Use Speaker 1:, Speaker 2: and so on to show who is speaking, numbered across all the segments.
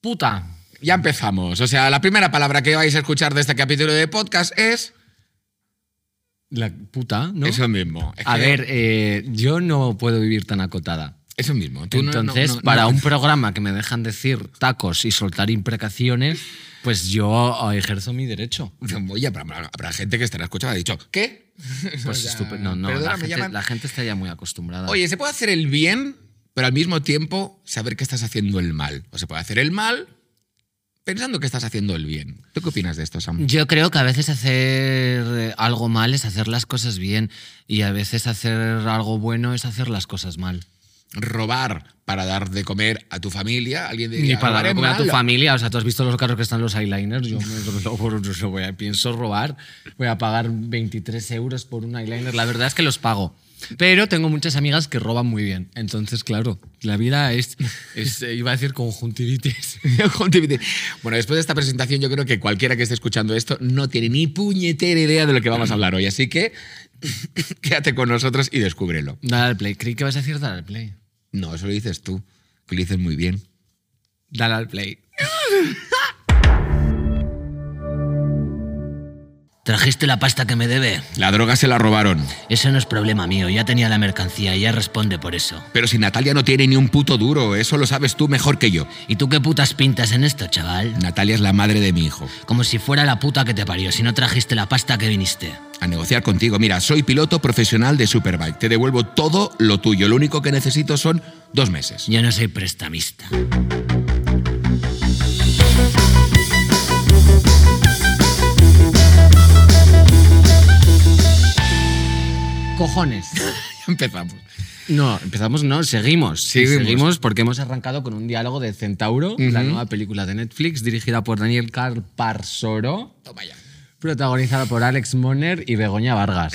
Speaker 1: Puta.
Speaker 2: Ya empezamos. O sea, la primera palabra que vais a escuchar de este capítulo de podcast es
Speaker 1: La puta, ¿no?
Speaker 2: eso mismo. Es
Speaker 1: a
Speaker 2: que-
Speaker 1: ver, eh, yo no puedo vivir tan acotada.
Speaker 2: Eso mismo. Tú no- no-
Speaker 1: Entonces,
Speaker 2: no-
Speaker 1: para
Speaker 2: no-
Speaker 1: un programa que me dejan decir tacos y soltar imprecaciones, pues yo ejerzo mi derecho.
Speaker 2: Oye, habrá, habrá gente que estará escuchando y ha dicho, ¿qué?
Speaker 1: Pues
Speaker 2: sea,
Speaker 1: estupendo. No, no,
Speaker 2: perdona,
Speaker 1: la
Speaker 2: me
Speaker 1: gente,
Speaker 2: llaman-
Speaker 1: la gente está ya muy acostumbrada.
Speaker 2: Oye, se puede hacer el bien, pero al mismo tiempo saber que estás haciendo el mal. O se puede hacer el mal pensando que estás haciendo el bien. ¿Tú qué opinas de esto, Sam?
Speaker 1: Yo creo que a veces hacer eh, algo mal es hacer las cosas bien y a veces hacer algo bueno es hacer las cosas mal.
Speaker 2: Robar para dar de comer a tu familia. Alguien diría,
Speaker 1: y para
Speaker 2: robar
Speaker 1: dar
Speaker 2: es
Speaker 1: comer a tu
Speaker 2: malo.
Speaker 1: familia, o sea, tú has visto los carros que están los eyeliners, yo me lo, por- lo voy a- pienso robar, voy a pagar 23 euros por un eyeliner, la verdad es que los pago. Pero tengo muchas amigas que roban muy bien, entonces claro, la vida es, es, eh, iba a decir conjuntivitis.
Speaker 2: Conjuntivitis. Bueno, después de esta presentación, yo creo que cualquiera que esté escuchando esto no tiene ni puñetera idea de lo que vamos a hablar hoy. Así que quédate con nosotros y descúbrelo.
Speaker 1: Dar al play, creí que vas a decir dar al play.
Speaker 2: No, eso lo dices tú, que lo dices muy bien.
Speaker 1: Dale al play. Trajiste la pasta que me debe.
Speaker 2: La droga se la robaron.
Speaker 1: Eso no es problema mío. Ya tenía la mercancía y ya responde por eso.
Speaker 2: Pero si Natalia no tiene ni un puto duro, eso lo sabes tú mejor que yo.
Speaker 1: ¿Y tú qué putas pintas en esto, chaval?
Speaker 2: Natalia es la madre de mi hijo.
Speaker 1: Como si fuera la puta que te parió, si no trajiste la pasta que viniste.
Speaker 2: A negociar contigo. Mira, soy piloto profesional de Superbike. Te devuelvo todo lo tuyo. Lo único que necesito son dos meses.
Speaker 1: Yo no soy prestamista. Cojones.
Speaker 2: Empezamos.
Speaker 1: No, empezamos, no, seguimos.
Speaker 2: Seguimos.
Speaker 1: porque hemos arrancado con un diálogo de Centauro, la nueva película de Netflix, dirigida por Daniel Carl Parsoro,
Speaker 2: Toma ya.
Speaker 1: protagonizada por Alex Moner y Begoña Vargas.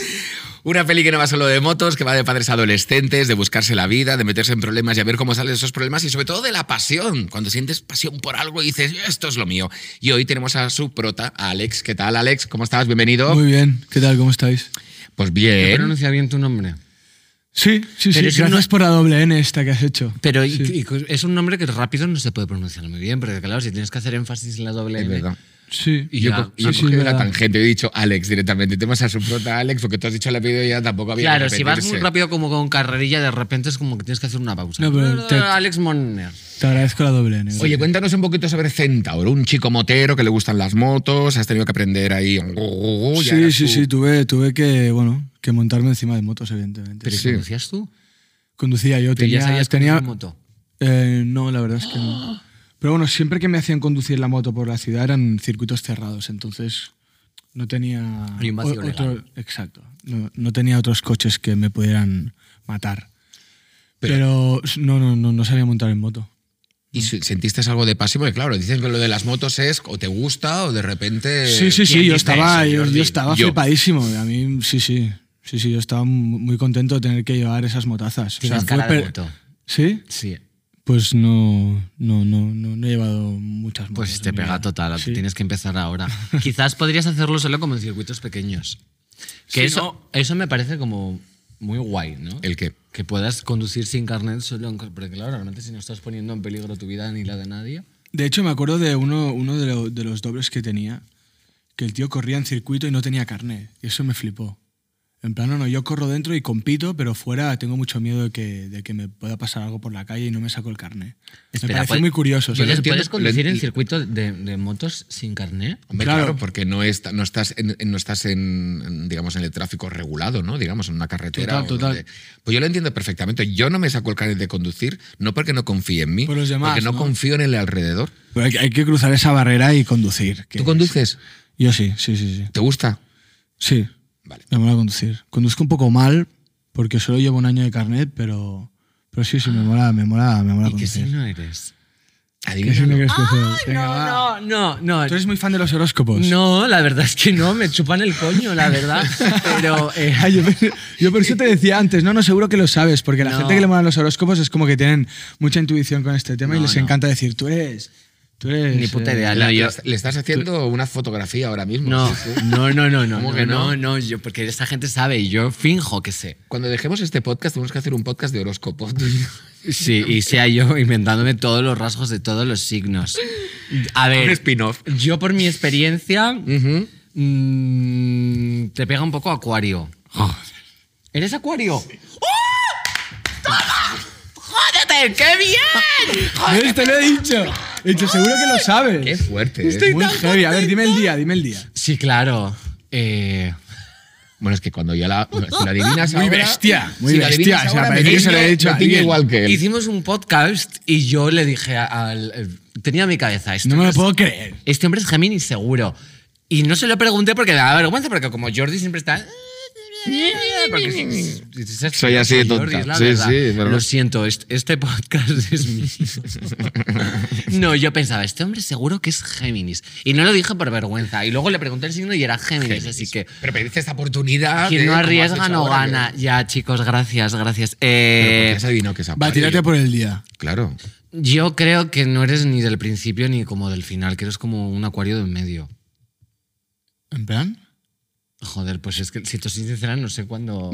Speaker 2: Una peli que no va solo de motos, que va de padres adolescentes, de buscarse la vida, de meterse en problemas y a ver cómo salen esos problemas y sobre todo de la pasión. Cuando sientes pasión por algo y dices, esto es lo mío. Y hoy tenemos a su prota, a Alex. ¿Qué tal, Alex? ¿Cómo estás? Bienvenido.
Speaker 3: Muy bien, ¿qué tal? ¿Cómo estáis?
Speaker 2: Pues
Speaker 1: ¿He
Speaker 2: bien.
Speaker 1: pronunciado bien tu nombre?
Speaker 3: Sí, sí, sí.
Speaker 1: Pero es
Speaker 3: Gracias
Speaker 1: una-
Speaker 3: por la doble N esta que has hecho.
Speaker 1: Pero y- y es un nombre que rápido no se puede pronunciar muy bien, porque claro, si tienes que hacer énfasis en la doble
Speaker 2: Es
Speaker 1: N,
Speaker 2: verdad.
Speaker 3: Sí.
Speaker 1: Y
Speaker 2: Y yo
Speaker 1: Ya,
Speaker 2: he co- yo he
Speaker 3: sí, sí,
Speaker 2: cogido la
Speaker 3: verdad.
Speaker 2: tangente, he dicho Alex directamente. Tenemos a su prota Alex, porque tú has dicho el apellido y ya tampoco había
Speaker 1: Claro,
Speaker 2: que
Speaker 1: si vas muy
Speaker 2: repetirse.
Speaker 1: rápido como con carrerilla, de repente es como que tienes que hacer una pausa.
Speaker 3: No, pero te-
Speaker 1: Alex Monner.
Speaker 3: Te agradezco la doble N.
Speaker 2: Oye, cuéntanos un poquito sobre Centauro, un chico motero que le gustan las motos, has tenido que aprender ahí. oh, oh, oh, ya
Speaker 3: sí,
Speaker 2: era su-
Speaker 3: sí, sí, tuve, tuve que, bueno, que montarme encima de motos, evidentemente.
Speaker 1: ¿Pero ¿y
Speaker 2: Sí.
Speaker 1: conducías tú?
Speaker 3: Conducía yo,
Speaker 1: ¿Pero
Speaker 3: tenía...
Speaker 1: ya sabías
Speaker 3: tenía
Speaker 1: conducir moto?
Speaker 3: Eh, no, la verdad es que no. Pero bueno, siempre que me hacían conducir la moto por la ciudad eran circuitos cerrados, entonces no tenía...
Speaker 1: Hay un vacío
Speaker 3: o- Exacto. No, no tenía otros coches que me pudieran matar. Pero, no, no, no, no sabía montar en moto.
Speaker 2: ¿Y
Speaker 3: Mm.
Speaker 2: si- sentiste algo de pasivo? Porque claro, dicen que lo de las motos es o te gusta o de repente.
Speaker 1: Eh,
Speaker 3: Sí, sí,
Speaker 2: ¿Quién
Speaker 3: sí, yo
Speaker 2: dice
Speaker 3: estaba,
Speaker 2: eso,
Speaker 3: yo,
Speaker 2: Jordi?
Speaker 3: yo estaba flipadísimo. A mí, sí, sí. Sí, sí, yo estaba mu- muy contento de tener que llevar esas motazas. O sea,
Speaker 1: Tienes
Speaker 3: fue
Speaker 1: cara de
Speaker 3: per-
Speaker 1: moto.
Speaker 3: ¿Sí?
Speaker 1: Sí.
Speaker 3: Pues no, no, no, no, no he llevado muchas motos.
Speaker 1: Pues te
Speaker 3: en mi
Speaker 1: pega
Speaker 3: vida.
Speaker 1: total,
Speaker 3: Sí.
Speaker 1: tienes que empezar ahora. Quizás podrías hacerlo solo como en circuitos pequeños. Que
Speaker 3: Sí,
Speaker 1: eso, eso me parece como muy guay, ¿no?
Speaker 2: ¿El qué?
Speaker 1: Que puedas conducir sin carnet solo en... Porque claro, realmente si no estás poniendo en peligro tu vida ni la de nadie...
Speaker 3: De hecho, me acuerdo de uno, uno de, lo- de los dobles que tenía, que el tío corría en circuito y no tenía carnet. Y eso me flipó. En plan, no, no, yo corro dentro y compito, pero fuera tengo mucho miedo de que, de que me pueda pasar algo por la calle y no me saco el carnet. me
Speaker 1: Espera,
Speaker 3: pareció
Speaker 1: ¿puedes-
Speaker 3: muy curioso.
Speaker 1: ¿Puedes,
Speaker 3: ¿sabes?
Speaker 2: entiendo-
Speaker 1: puedes conducir
Speaker 2: lo
Speaker 1: en
Speaker 2: enti-
Speaker 1: circuito de, de motos sin carnet?
Speaker 2: Hombre, claro.
Speaker 3: Claro.
Speaker 2: porque no, está, no estás, en, en- no estás en, en, digamos, en el tráfico regulado, ¿no? Digamos, en una carretera.
Speaker 3: Total,
Speaker 2: o
Speaker 3: total.
Speaker 2: donde- Pues yo lo entiendo perfectamente. Yo no me saco el carnet de conducir, no porque no confíe en mí,
Speaker 3: Por los demás,
Speaker 2: porque no,
Speaker 3: ¿no?
Speaker 2: confío en el alrededor.
Speaker 3: Pero hay, que- hay que cruzar esa barrera y conducir. que-
Speaker 2: ¿Tú conduces?
Speaker 3: Yo sí, sí, sí, sí.
Speaker 2: ¿Te gusta?
Speaker 3: Sí,
Speaker 2: Vale.
Speaker 3: me mola conducir. Conduzco un poco mal porque solo llevo un año de carnet, pero, pero sí, sí, me mola, me mola, me mola
Speaker 1: Ah. ¿Y qué
Speaker 3: conducir.
Speaker 1: signo eres?
Speaker 3: ¿Qué
Speaker 2: Adivina.
Speaker 3: signo crees que soy? Venga, va.
Speaker 1: No, no, no,
Speaker 3: Tú
Speaker 1: no.
Speaker 3: eres muy fan de los horóscopos.
Speaker 1: No, la verdad es que no, me chupan el coño, la verdad. Pero... eh,
Speaker 3: Ah, yo, pe- yo por eso te decía antes, no, no, seguro que lo sabes, porque la
Speaker 1: No.
Speaker 3: gente que le molan los horóscopos es como que tienen mucha intuición con este tema y
Speaker 1: No,
Speaker 3: les
Speaker 1: no.
Speaker 3: encanta decir, tú eres, tú eres...
Speaker 1: Ni puta
Speaker 3: eh,
Speaker 1: idea.
Speaker 2: Le-
Speaker 1: No, yo-
Speaker 2: le estás haciendo una fotografía ahora mismo.
Speaker 1: No,
Speaker 2: Sí, sí.
Speaker 1: no, no, no, no.
Speaker 2: ¿Cómo
Speaker 1: no,
Speaker 2: que no?
Speaker 1: no? no, yo, porque esta gente sabe y yo finjo que sé.
Speaker 2: Cuando dejemos este podcast, tenemos que hacer un podcast de horóscopo.
Speaker 1: Sí, y sea yo inventándome todos los rasgos de todos los signos. A ver.
Speaker 2: Un spin-off.
Speaker 1: Yo, por mi experiencia,
Speaker 2: Ujú.
Speaker 1: mm, te pega un poco Acuario. ¿Eres Acuario? ¡Toma! ¡Jódete! ¡Qué bien!
Speaker 3: ¿Ves? eh, Te lo he dicho. He dicho, seguro que lo sabes.
Speaker 2: Qué fuerte. ¿eh?
Speaker 1: Estoy-
Speaker 3: Muy
Speaker 1: tan
Speaker 3: heavy. A ver, dime el día, dime el día.
Speaker 1: Sí, claro. Eh,
Speaker 2: Bueno, es que cuando ya la, si la adivinas
Speaker 3: Muy
Speaker 2: ahora-
Speaker 3: bestia, muy
Speaker 2: si la
Speaker 3: bestia,
Speaker 2: adivinas
Speaker 3: o sea,
Speaker 2: ahora,
Speaker 3: parece que se lo he
Speaker 2: Metiño-
Speaker 3: dicho a
Speaker 2: Metiño
Speaker 3: alguien.
Speaker 2: igual que él.
Speaker 1: hicimos un podcast y yo le dije al. eh, Tenía en mi cabeza esto.
Speaker 3: No me lo
Speaker 1: es-
Speaker 3: puedo creer.
Speaker 1: Este hombre es Géminis seguro. Y no se lo pregunté porque me daba vergüenza, porque como Jordi siempre está. Porque es- es- es-
Speaker 2: Soy así de tonta.
Speaker 1: Jordi, es la
Speaker 2: Sí,
Speaker 1: verdad.
Speaker 2: sí, pero-
Speaker 1: Lo siento, est- este podcast es mío. no, yo pensaba, este hombre seguro que es Géminis. Y no lo dije por vergüenza. Y luego le pregunté el signo y era Géminis. así que.
Speaker 2: Pero pediste esta oportunidad.
Speaker 1: Quien
Speaker 2: de-
Speaker 1: no
Speaker 2: Ah, como has
Speaker 1: arriesga
Speaker 2: hecho
Speaker 1: no
Speaker 2: ahora,
Speaker 1: gana.
Speaker 2: que-
Speaker 1: Ya, chicos, gracias, gracias.
Speaker 2: Pero ¿por
Speaker 1: Eh,
Speaker 2: qué has adivinado que es
Speaker 3: Va,
Speaker 2: Acuario?
Speaker 3: tírate por el día.
Speaker 2: Claro.
Speaker 1: yo creo que no eres ni del principio ni como del final, que eres como un acuario de en medio.
Speaker 3: ¿En plan?
Speaker 1: Joder, pues es que si te soy sincera, no sé cuándo.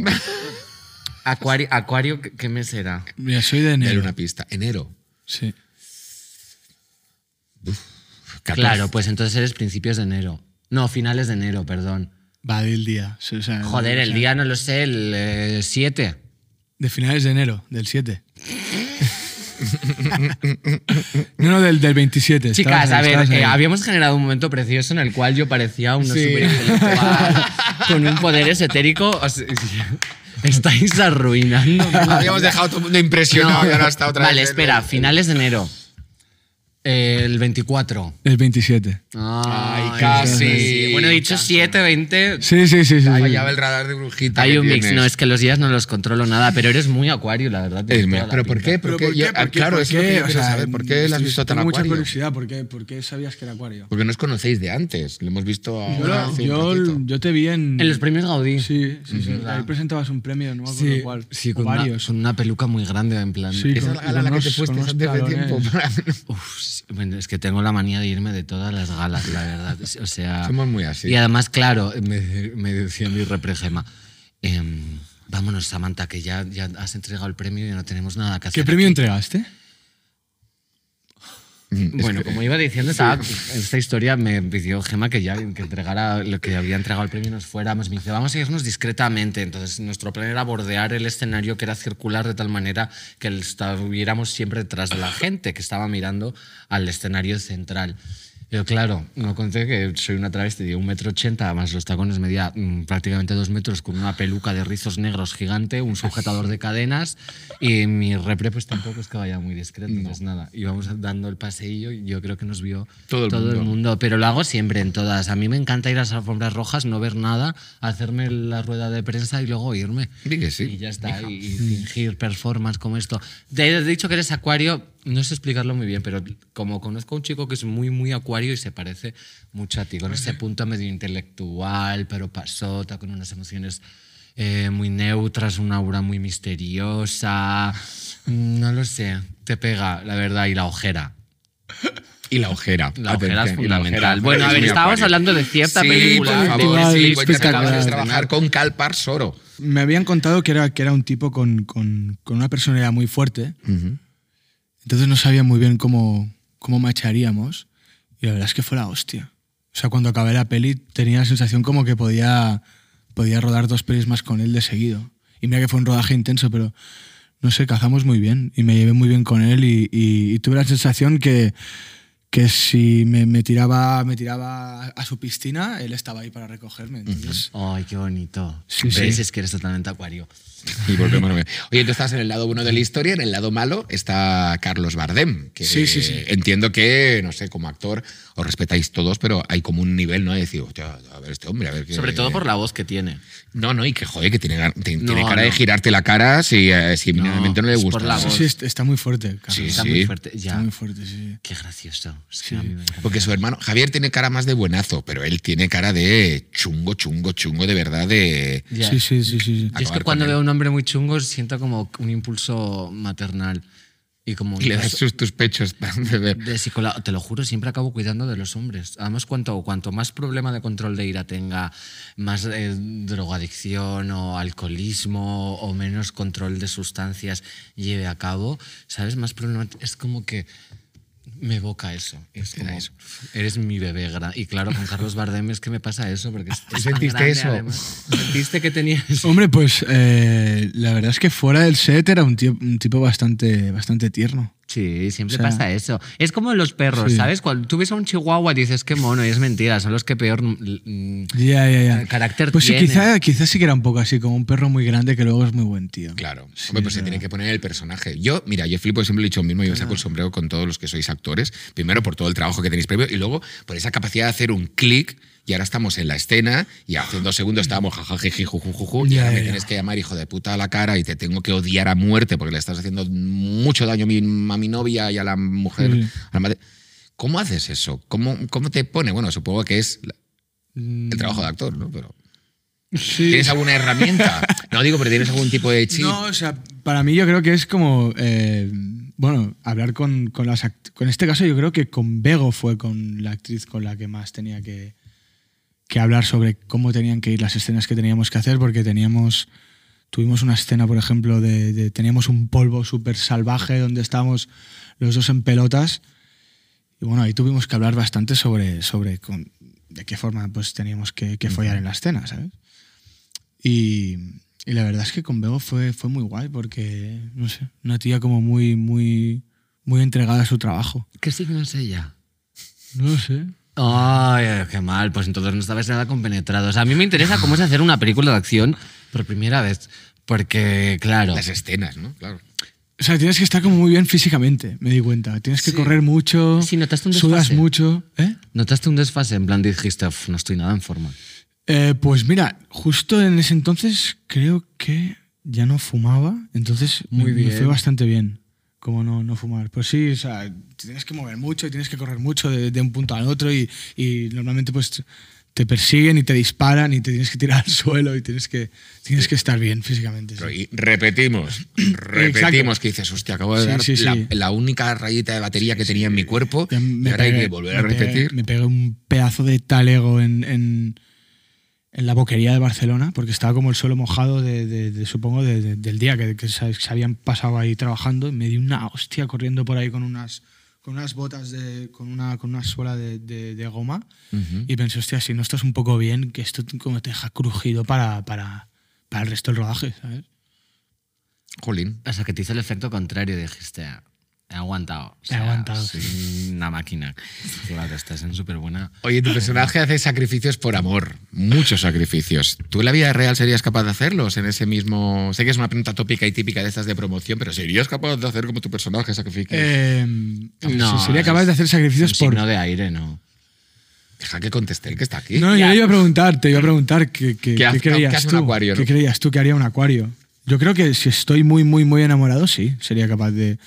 Speaker 1: Acuario, acuario ¿qué- ¿qué mes era?
Speaker 3: Mira, soy de
Speaker 2: Dale
Speaker 3: enero.
Speaker 2: una pista. Enero.
Speaker 3: Sí.
Speaker 2: 14.
Speaker 1: Claro, pues entonces eres principios de enero. No, finales de enero, perdón.
Speaker 3: Va, del día. Sí, o
Speaker 2: Ah,
Speaker 3: sea,
Speaker 1: Joder,
Speaker 3: o
Speaker 1: el
Speaker 3: sea,
Speaker 1: día no lo sé, el eh, 7.
Speaker 3: De finales de enero, del 7. no, no, del, del 27.
Speaker 1: Chicas,
Speaker 3: estabas-
Speaker 1: a ver,
Speaker 3: estabas ahí.
Speaker 1: eh, habíamos generado un momento precioso en el cual yo parecía una
Speaker 2: Sí.
Speaker 1: superintelectual con un poder esotérico. O sea, estáis arruinando.
Speaker 2: Habíamos dejado a todo el mundo impresionado y ahora está otra
Speaker 1: vale,
Speaker 2: vez. en
Speaker 1: espera,
Speaker 2: el-
Speaker 1: finales de enero. El 24.
Speaker 3: El 27.
Speaker 1: Ay,
Speaker 2: casi.
Speaker 1: sí. Bueno, he dicho 7, 20.
Speaker 3: Sí, sí, sí. sí, sí.
Speaker 2: Fallaba el radar de brujita.
Speaker 1: Hay
Speaker 2: que
Speaker 1: un mix,
Speaker 2: tienes.
Speaker 1: no, es que los días no los controlo nada, pero eres muy acuario, la verdad. tienes
Speaker 2: Es mío.
Speaker 1: toda la
Speaker 2: Eh, ¿Pero por
Speaker 1: pinta.
Speaker 2: qué? ¿Por
Speaker 3: Pero
Speaker 2: qué? Yo- ah, Claro, es lo que yo quiero saber. ¿Por qué la has
Speaker 3: estoy-
Speaker 2: visto tan
Speaker 3: Tengo mucha
Speaker 2: acuario?
Speaker 3: curiosidad. ¿Por qué, por qué sabías que era acuario?
Speaker 2: Porque no os conocéis de antes. Lo hemos visto
Speaker 3: Yo,
Speaker 2: ahora. hace un
Speaker 3: yo-
Speaker 2: ratito.
Speaker 3: yo te vi en...
Speaker 1: En los premios Gaudí.
Speaker 3: Sí, sí, sí. Ahí presentabas un premio, no me acuerdo
Speaker 1: Sí,
Speaker 3: cuál.
Speaker 1: sí,
Speaker 3: o
Speaker 1: con, una,
Speaker 3: varios.
Speaker 1: con una peluca muy grande, en plan.
Speaker 3: Sí,
Speaker 2: Esa
Speaker 3: con-
Speaker 2: es la gala a la
Speaker 3: con
Speaker 2: que te
Speaker 3: unos-
Speaker 2: fuiste
Speaker 3: con
Speaker 2: antes
Speaker 3: unos
Speaker 2: de tiempo.
Speaker 3: talones.
Speaker 1: Uf, sí, bueno, es que tengo la manía de irme de todas las galas, la verdad. O sea.
Speaker 2: Somos muy así.
Speaker 1: Ah. Y además, claro, me, me decía mi repregema. em, vámonos, Samantha, que ya, ya has entregado el premio y ya no tenemos nada que hacer.
Speaker 3: ¿Qué premio entregaste?
Speaker 1: Mm, Bueno, como iba diciendo, estaba- esta historia me pidió Gema que ya que entregara lo que había entregado el premio y nos fuéramos. Me dice, vamos a irnos discretamente. Entonces, nuestro plan era bordear el escenario que era circular de tal manera que el- estuviéramos siempre detrás de la gente que estaba mirando al escenario central. Yo, claro, no conté que soy una travesti de un metro ochenta, más los tacones medía mm, prácticamente dos metros, con una peluca de rizos negros gigante, un sujetador de cadenas, y mi repre pues tampoco es que vaya muy discreto, pues nada. Íbamos dando el paseillo y yo creo que nos vio
Speaker 2: Todo el mundo.
Speaker 1: pero lo hago siempre en todas. A mí me encanta ir a las alfombras rojas, no ver nada, hacerme la rueda de prensa y luego irme.
Speaker 2: Di que sí.
Speaker 1: Y ya está, y, y fingir performance como esto. Te he dicho que eres acuario, no sé explicarlo muy bien, pero como conozco a un chico que es muy, muy acuario y se parece mucho a ti, con ese punto medio intelectual, pero pasota, con unas emociones eh, muy neutras, una aura muy misteriosa. No lo sé, te pega, la verdad, y la ojera.
Speaker 2: Y la ojera.
Speaker 1: La ojera es
Speaker 2: Atención, Ah, y la
Speaker 1: fundamental.
Speaker 2: ojera.
Speaker 1: Bueno, a
Speaker 2: Es
Speaker 1: ver,
Speaker 2: muy
Speaker 1: estábamos
Speaker 2: acuario.
Speaker 1: hablando de cierta
Speaker 2: sí,
Speaker 1: película,
Speaker 2: Por
Speaker 1: de-
Speaker 2: favor,
Speaker 3: Ay,
Speaker 2: sí, cuéntanos, acabas de
Speaker 3: espectacular.
Speaker 2: trabajar con Calpar Soro.
Speaker 3: Me habían contado que era, que era un tipo con, con- con una personalidad muy fuerte, entonces no sabía muy bien cómo, cómo macharíamos, y la verdad es que fue la hostia. O sea, cuando acabé la peli tenía la sensación como que podía, podía rodar dos pelis más con él de seguido. Y mira que fue un rodaje intenso, pero no sé, cazamos muy bien y me llevé muy bien con él y, y- y tuve la sensación que, que si me, me tiraba, me tiraba a su piscina, él estaba ahí para recogerme. Entonces,
Speaker 1: Ay, qué bonito.
Speaker 3: Sí, sí.
Speaker 1: ¿Ves? Es que eres totalmente acuario.
Speaker 2: Y volvemos a ver. Oye, tú estás en el lado bueno de la historia, en el lado malo está Carlos Bardem. Que
Speaker 3: Sí, sí, sí.
Speaker 2: Entiendo que, no sé, como actor os respetáis todos, pero hay como un nivel, ¿no? De decir, hostia, a ver este hombre, a ver qué.
Speaker 1: Sobre todo por la voz que tiene.
Speaker 2: No, no, y que joder, que tiene, gar- te-
Speaker 1: No,
Speaker 2: tiene cara de
Speaker 1: no.
Speaker 2: girarte la cara si, eh, si
Speaker 1: No,
Speaker 2: mínimamente no le
Speaker 1: es por
Speaker 2: gusta.
Speaker 1: la
Speaker 3: sí,
Speaker 1: voz.
Speaker 3: sí, est- está muy fuerte. Carlos.
Speaker 2: Sí,
Speaker 1: Está
Speaker 2: sí.
Speaker 1: muy fuerte. Ya.
Speaker 3: Está muy fuerte, sí.
Speaker 1: Qué gracioso. Es que a mí me encanta.
Speaker 2: Porque su hermano, Javier tiene cara más de buenazo, pero él tiene cara de chungo, chungo, chungo, de verdad, de...
Speaker 1: Ya.
Speaker 3: Sí, sí, sí, sí.
Speaker 1: Yo es
Speaker 3: sí.
Speaker 2: acabar
Speaker 1: que
Speaker 2: con
Speaker 1: cuando
Speaker 2: él.
Speaker 1: veo a un hombre muy chungo siento como un impulso maternal y como un
Speaker 2: Y le das
Speaker 1: impulso
Speaker 2: sus, tus pechos para beber.
Speaker 1: de psicólogo. Te lo juro, siempre acabo cuidando de los hombres. Además, cuanto, cuanto más problema de control de ira tenga, más eh, drogadicción o alcoholismo o menos control de sustancias lleve a cabo, ¿sabes? Más problema. Es como que me evoca eso. Es
Speaker 2: Era
Speaker 1: como,
Speaker 2: eso.
Speaker 1: eres mi bebé. gra- Y claro, con Carlos Bardem es que me pasa eso, porque es, es tan
Speaker 2: sentiste
Speaker 1: grande,
Speaker 2: eso?
Speaker 1: además. Sentiste que tenía eso.
Speaker 3: Hombre, pues eh, la verdad es que fuera del set era un, tío- un tipo bastante, bastante tierno.
Speaker 1: Sí, siempre
Speaker 3: O sea,
Speaker 1: pasa eso. Es como los perros,
Speaker 3: sí.
Speaker 1: ¿sabes? Cuando tú ves a un chihuahua dices, qué mono, y es mentira, son los que peor... mm,
Speaker 3: Ya, ya, ya.
Speaker 1: El carácter
Speaker 3: Pues sí,
Speaker 1: tiene.
Speaker 3: quizá, quizá sí que era un poco así, como un perro muy grande que luego es muy buen tío.
Speaker 2: Claro.
Speaker 3: Sí,
Speaker 2: Hombre, pues se
Speaker 3: pero-
Speaker 2: tiene que poner el personaje. Yo, mira, yo flipo, siempre lo he dicho mismo, yo me saco el sombrero con todos los que sois actores. Primero por todo el trabajo que tenéis previo y luego por esa capacidad de hacer un clic. Y ahora estamos en la escena y hace dos segundos estábamos jajajiji, jujujuju, y
Speaker 3: Ya,
Speaker 2: ahora me
Speaker 3: ya, ya.
Speaker 2: tienes que llamar hijo de puta a la cara y te tengo que odiar a muerte porque le estás haciendo mucho daño a mi, a mi novia y a la mujer.
Speaker 3: Sí.
Speaker 2: a la madre. ¿Cómo haces eso? ¿Cómo, ¿Cómo te pone? Bueno, supongo que es la-
Speaker 3: Mm,
Speaker 2: el trabajo de actor, ¿no? Pero,
Speaker 3: Sí.
Speaker 2: ¿Tienes alguna herramienta? No digo, pero ¿tienes algún tipo de chip?
Speaker 3: No, o sea, para mí yo creo que es como, eh, bueno, hablar con, con las act- con este caso yo creo que con Bego fue con la actriz con la que más tenía que, que hablar sobre cómo tenían que ir las escenas que teníamos que hacer porque teníamos tuvimos una escena por ejemplo de, de- teníamos un polvo súper salvaje donde estábamos los dos en pelotas y bueno ahí tuvimos que hablar bastante sobre sobre con- de qué forma pues teníamos que, que follar en la escena sabes y, y la verdad es que con Bego fue, fue muy guay porque, no sé, una tía como muy, muy, muy entregada a su trabajo.
Speaker 1: ¿Qué signo es ella?
Speaker 3: No sé.
Speaker 1: Ay, qué mal, pues entonces no estabais nada compenetrados. a mí me interesa cómo es hacer una película de acción por primera vez, porque claro,
Speaker 2: Las escenas, ¿no? Claro.
Speaker 3: O sea, tienes que estar como muy bien físicamente, me di cuenta. Tienes que correr mucho,
Speaker 1: Sí, notaste un
Speaker 3: sudas
Speaker 1: desfase.
Speaker 3: mucho. ¿eh?
Speaker 1: ¿notaste un desfase? En plan dijiste, "Uf, no estoy nada en forma.
Speaker 3: Eh, pues mira, justo en ese entonces creo que ya no fumaba, entonces
Speaker 1: Ah, Muy
Speaker 3: me, me
Speaker 1: bien.
Speaker 3: fue bastante bien como no, no fumar. Pues sí, o sea, tienes que mover mucho y tienes que correr mucho de, de un punto al otro y, y normalmente pues te persiguen y te disparan y te tienes que tirar al suelo y tienes que, tienes que estar bien físicamente. sí.
Speaker 2: Pero y repetimos, repetimos que dices, hostia, acabo de
Speaker 3: Sí,
Speaker 2: dar
Speaker 3: sí, sí.
Speaker 2: La, la única rayita de batería que tenía en mi cuerpo
Speaker 3: Ya
Speaker 2: y ahora hay
Speaker 3: pegué-
Speaker 2: que volver a
Speaker 3: me pegué-
Speaker 2: repetir.
Speaker 3: me pegué un pedazo de talego en, en, en la boquería de Barcelona, porque estaba como el suelo mojado, de, de- de- supongo, de- de- del día que, que se, se habían pasado ahí trabajando. Y me di una hostia corriendo por ahí con unas, con unas botas, de, con, una, con una suela de, de- de goma. Y pensé, hostia, si no estás un poco bien, que esto como te deja crujido para, para, para el resto del rodaje, ¿sabes?
Speaker 2: Jolín.
Speaker 1: O sea, que te hizo el efecto contrario y dijiste, "Ah, he aguantado. O sea,
Speaker 3: aguantado.
Speaker 1: soy una máquina. Claro, estás en súper buena.
Speaker 2: Oye, tu personaje hace sacrificios por amor, muchos sacrificios. ¿Tú en la vida real serías capaz de hacerlos en ese mismo...? Sé que es una pregunta tópica y típica de estas de promoción, pero ¿serías capaz de hacer como tu personaje sacrificios?
Speaker 3: Eh,
Speaker 1: No,
Speaker 3: sí, sería capaz de hacer sacrificios
Speaker 1: Un
Speaker 3: por,
Speaker 1: signo de aire, ¿no.
Speaker 2: Deja que conteste el que está aquí.
Speaker 3: No, yo le iba a preguntar, te iba a preguntar que- que-
Speaker 2: ¿Qué
Speaker 3: qué,
Speaker 2: hace-
Speaker 3: creías
Speaker 2: qué hace un
Speaker 3: tú.
Speaker 2: acuario,
Speaker 3: ¿Qué
Speaker 2: no?
Speaker 3: creías tú que haría un acuario? Yo creo que si estoy muy, muy, muy enamorado, sí, sería capaz de,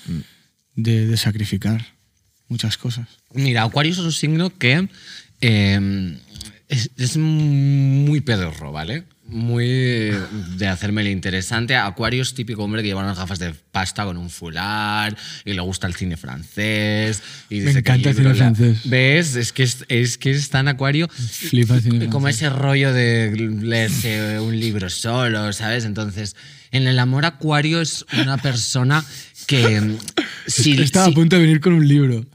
Speaker 3: de- de sacrificar muchas cosas.
Speaker 1: Mira, Acuario es un signo que eh, es, es muy pedorro, ¿vale? Muy eh, de hacerme el interesante. Acuario es típico hombre que lleva unas gafas de pasta con un fular y le gusta el cine francés. Y
Speaker 3: Me
Speaker 1: dice que
Speaker 3: encanta el
Speaker 1: libro
Speaker 3: cine
Speaker 1: la-
Speaker 3: francés.
Speaker 1: ¿Ves? Es que es, es que es tan Acuario.
Speaker 3: Flipa el cine
Speaker 1: Como
Speaker 3: francés.
Speaker 1: ese rollo de leerse un libro solo, ¿sabes? Entonces, en el amor Acuario es una persona que... mm, si-
Speaker 3: Estaba
Speaker 1: si-
Speaker 3: a punto de venir con un libro.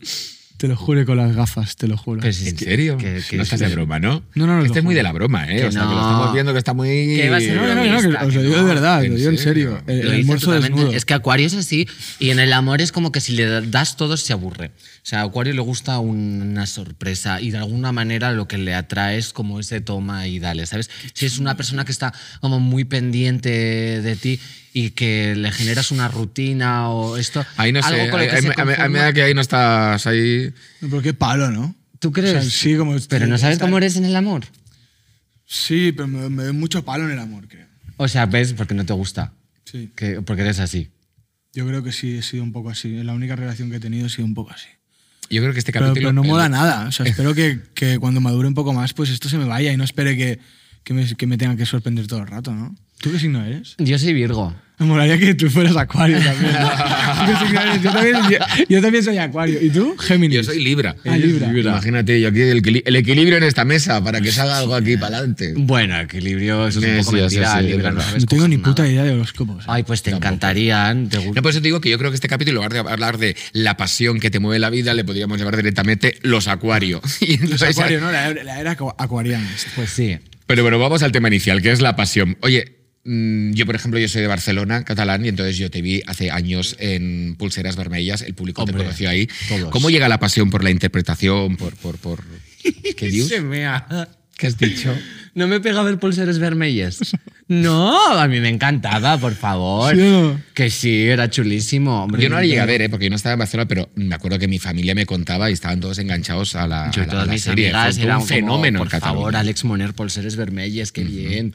Speaker 3: Te lo juro con las gafas, te lo juro.
Speaker 1: que si-
Speaker 2: ¿En serio?
Speaker 1: que- que-
Speaker 2: no estás de broma, ¿no?
Speaker 3: No, no, no,
Speaker 2: Este
Speaker 3: lo
Speaker 2: es muy
Speaker 3: juro.
Speaker 2: de la broma, ¿eh?
Speaker 1: Que
Speaker 2: O sea, que lo
Speaker 1: no.
Speaker 2: estamos viendo que está muy...
Speaker 1: Que va a ser
Speaker 3: no, no, no, no, que os
Speaker 1: que
Speaker 3: lo digo de
Speaker 1: no.
Speaker 3: verdad,
Speaker 2: ¿En
Speaker 3: lo digo en
Speaker 2: serio?
Speaker 3: serio. El,
Speaker 1: Lo
Speaker 3: el
Speaker 1: dice
Speaker 3: almuerzo
Speaker 1: totalmente.
Speaker 3: desnudo.
Speaker 1: Es que Acuario es así y en el amor es como que si le das todo se aburre. O sea, a Acuario le gusta una sorpresa y de alguna manera lo que le atrae es como ese toma y dale, ¿sabes? Si es una persona que está como muy pendiente de ti y que le generas una rutina o esto,
Speaker 2: Ahí no sé,
Speaker 1: algo con lo
Speaker 2: ahí-
Speaker 1: que
Speaker 2: ahí
Speaker 1: se
Speaker 2: me- a mí- a mí me
Speaker 1: conforma.
Speaker 2: da que ahí no estás ahí...
Speaker 3: No, Pero qué palo, ¿no?
Speaker 1: ¿Tú crees?
Speaker 3: O sea, sí, como-
Speaker 1: Pero no sabes
Speaker 3: está-
Speaker 1: cómo eres en el amor.
Speaker 3: Sí, pero me, me doy mucho palo en el amor, creo.
Speaker 1: O sea, ves porque no te gusta,
Speaker 3: Sí.
Speaker 1: que, porque eres así.
Speaker 3: Yo creo que sí, he sido un poco así. La única relación que he tenido ha sido un poco así.
Speaker 2: Yo creo que este
Speaker 3: Pero,
Speaker 2: capítulo...
Speaker 3: pero no
Speaker 2: el-
Speaker 3: mola nada. O sea, espero que, que cuando madure un poco más, pues esto se me vaya y no espere que, que me, que me tenga que sorprender todo el rato, ¿no? ¿Tú qué signo eres?
Speaker 1: Yo soy Virgo.
Speaker 3: Me molaría que tú fueras acuario también. ¿no? ¿Tú qué signo eres? Yo, también yo, yo también soy acuario. ¿Y tú? Géminis.
Speaker 2: Yo soy Libra.
Speaker 3: Ah, Libra.
Speaker 2: Imagínate, yo aquí el, equili- el equilibrio en esta mesa para que salga algo aquí para adelante.
Speaker 1: Bueno, equilibrio, eso es un
Speaker 2: Sí,
Speaker 1: poco
Speaker 2: sí,
Speaker 1: mentira.
Speaker 2: sí, sí,
Speaker 1: Libra,
Speaker 2: es
Speaker 1: no
Speaker 2: verdad.
Speaker 1: sabes
Speaker 3: no tengo ni
Speaker 1: coger
Speaker 3: puta
Speaker 1: nada.
Speaker 3: idea de horóscopos. ¿eh?
Speaker 1: Ay, pues te encantarían. te gu-
Speaker 2: No, por eso te digo que yo creo que este capítulo, en lugar de hablar de la pasión que te mueve la vida, le podríamos llamar directamente los acuarios.
Speaker 3: Los acuarios, ¿no? La, la era acu- acuariana.
Speaker 1: Pues sí.
Speaker 2: Pero bueno, vamos al tema inicial, que es la pasión. Oye, mm, yo, por ejemplo, yo soy de Barcelona, catalán, y entonces yo te vi hace años en Pulseras Vermellas, el público te
Speaker 1: Hombre,
Speaker 2: conoció ahí.
Speaker 1: todos.
Speaker 2: ¿Cómo llega la pasión por la interpretación, por... por, por... ¿Qué dius?
Speaker 1: Se mea.
Speaker 2: ¿Qué has dicho?
Speaker 1: No me pega ver pulseras vermellas. No, a mí me encantaba, por favor.
Speaker 3: ¿Sí o no?
Speaker 1: Que sí, era chulísimo. hombre.
Speaker 2: Yo no la llegué a ver, ¿eh? porque yo no estaba en Barcelona, pero me acuerdo que mi familia me contaba y estaban todos enganchados a la,
Speaker 1: Yo
Speaker 2: a
Speaker 1: y
Speaker 2: la-
Speaker 1: todas
Speaker 2: a la
Speaker 1: mis
Speaker 2: serie. Fue
Speaker 1: amigas
Speaker 2: todo
Speaker 1: eran
Speaker 2: un fenómeno
Speaker 1: como, por
Speaker 2: en Cataluña.
Speaker 1: favor, Alex Moner, pulseres vermellas, qué bien.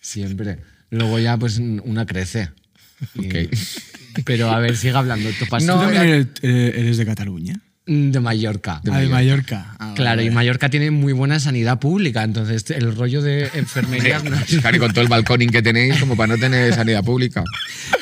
Speaker 1: Siempre. Luego ya, pues, una crece. Y-
Speaker 2: Ok.
Speaker 1: Pero a ver, sigue hablando tu pasión.
Speaker 3: ¿Tú también eres, eh, eres de Cataluña?
Speaker 1: De Mallorca.
Speaker 3: ah, de Mallorca. Ah, vale,
Speaker 1: Claro, y
Speaker 3: vale.
Speaker 1: Mallorca tiene muy buena sanidad pública, entonces el rollo de enfermería, no-
Speaker 2: Claro, y con todo el balconing que tenéis, como para no tener sanidad pública.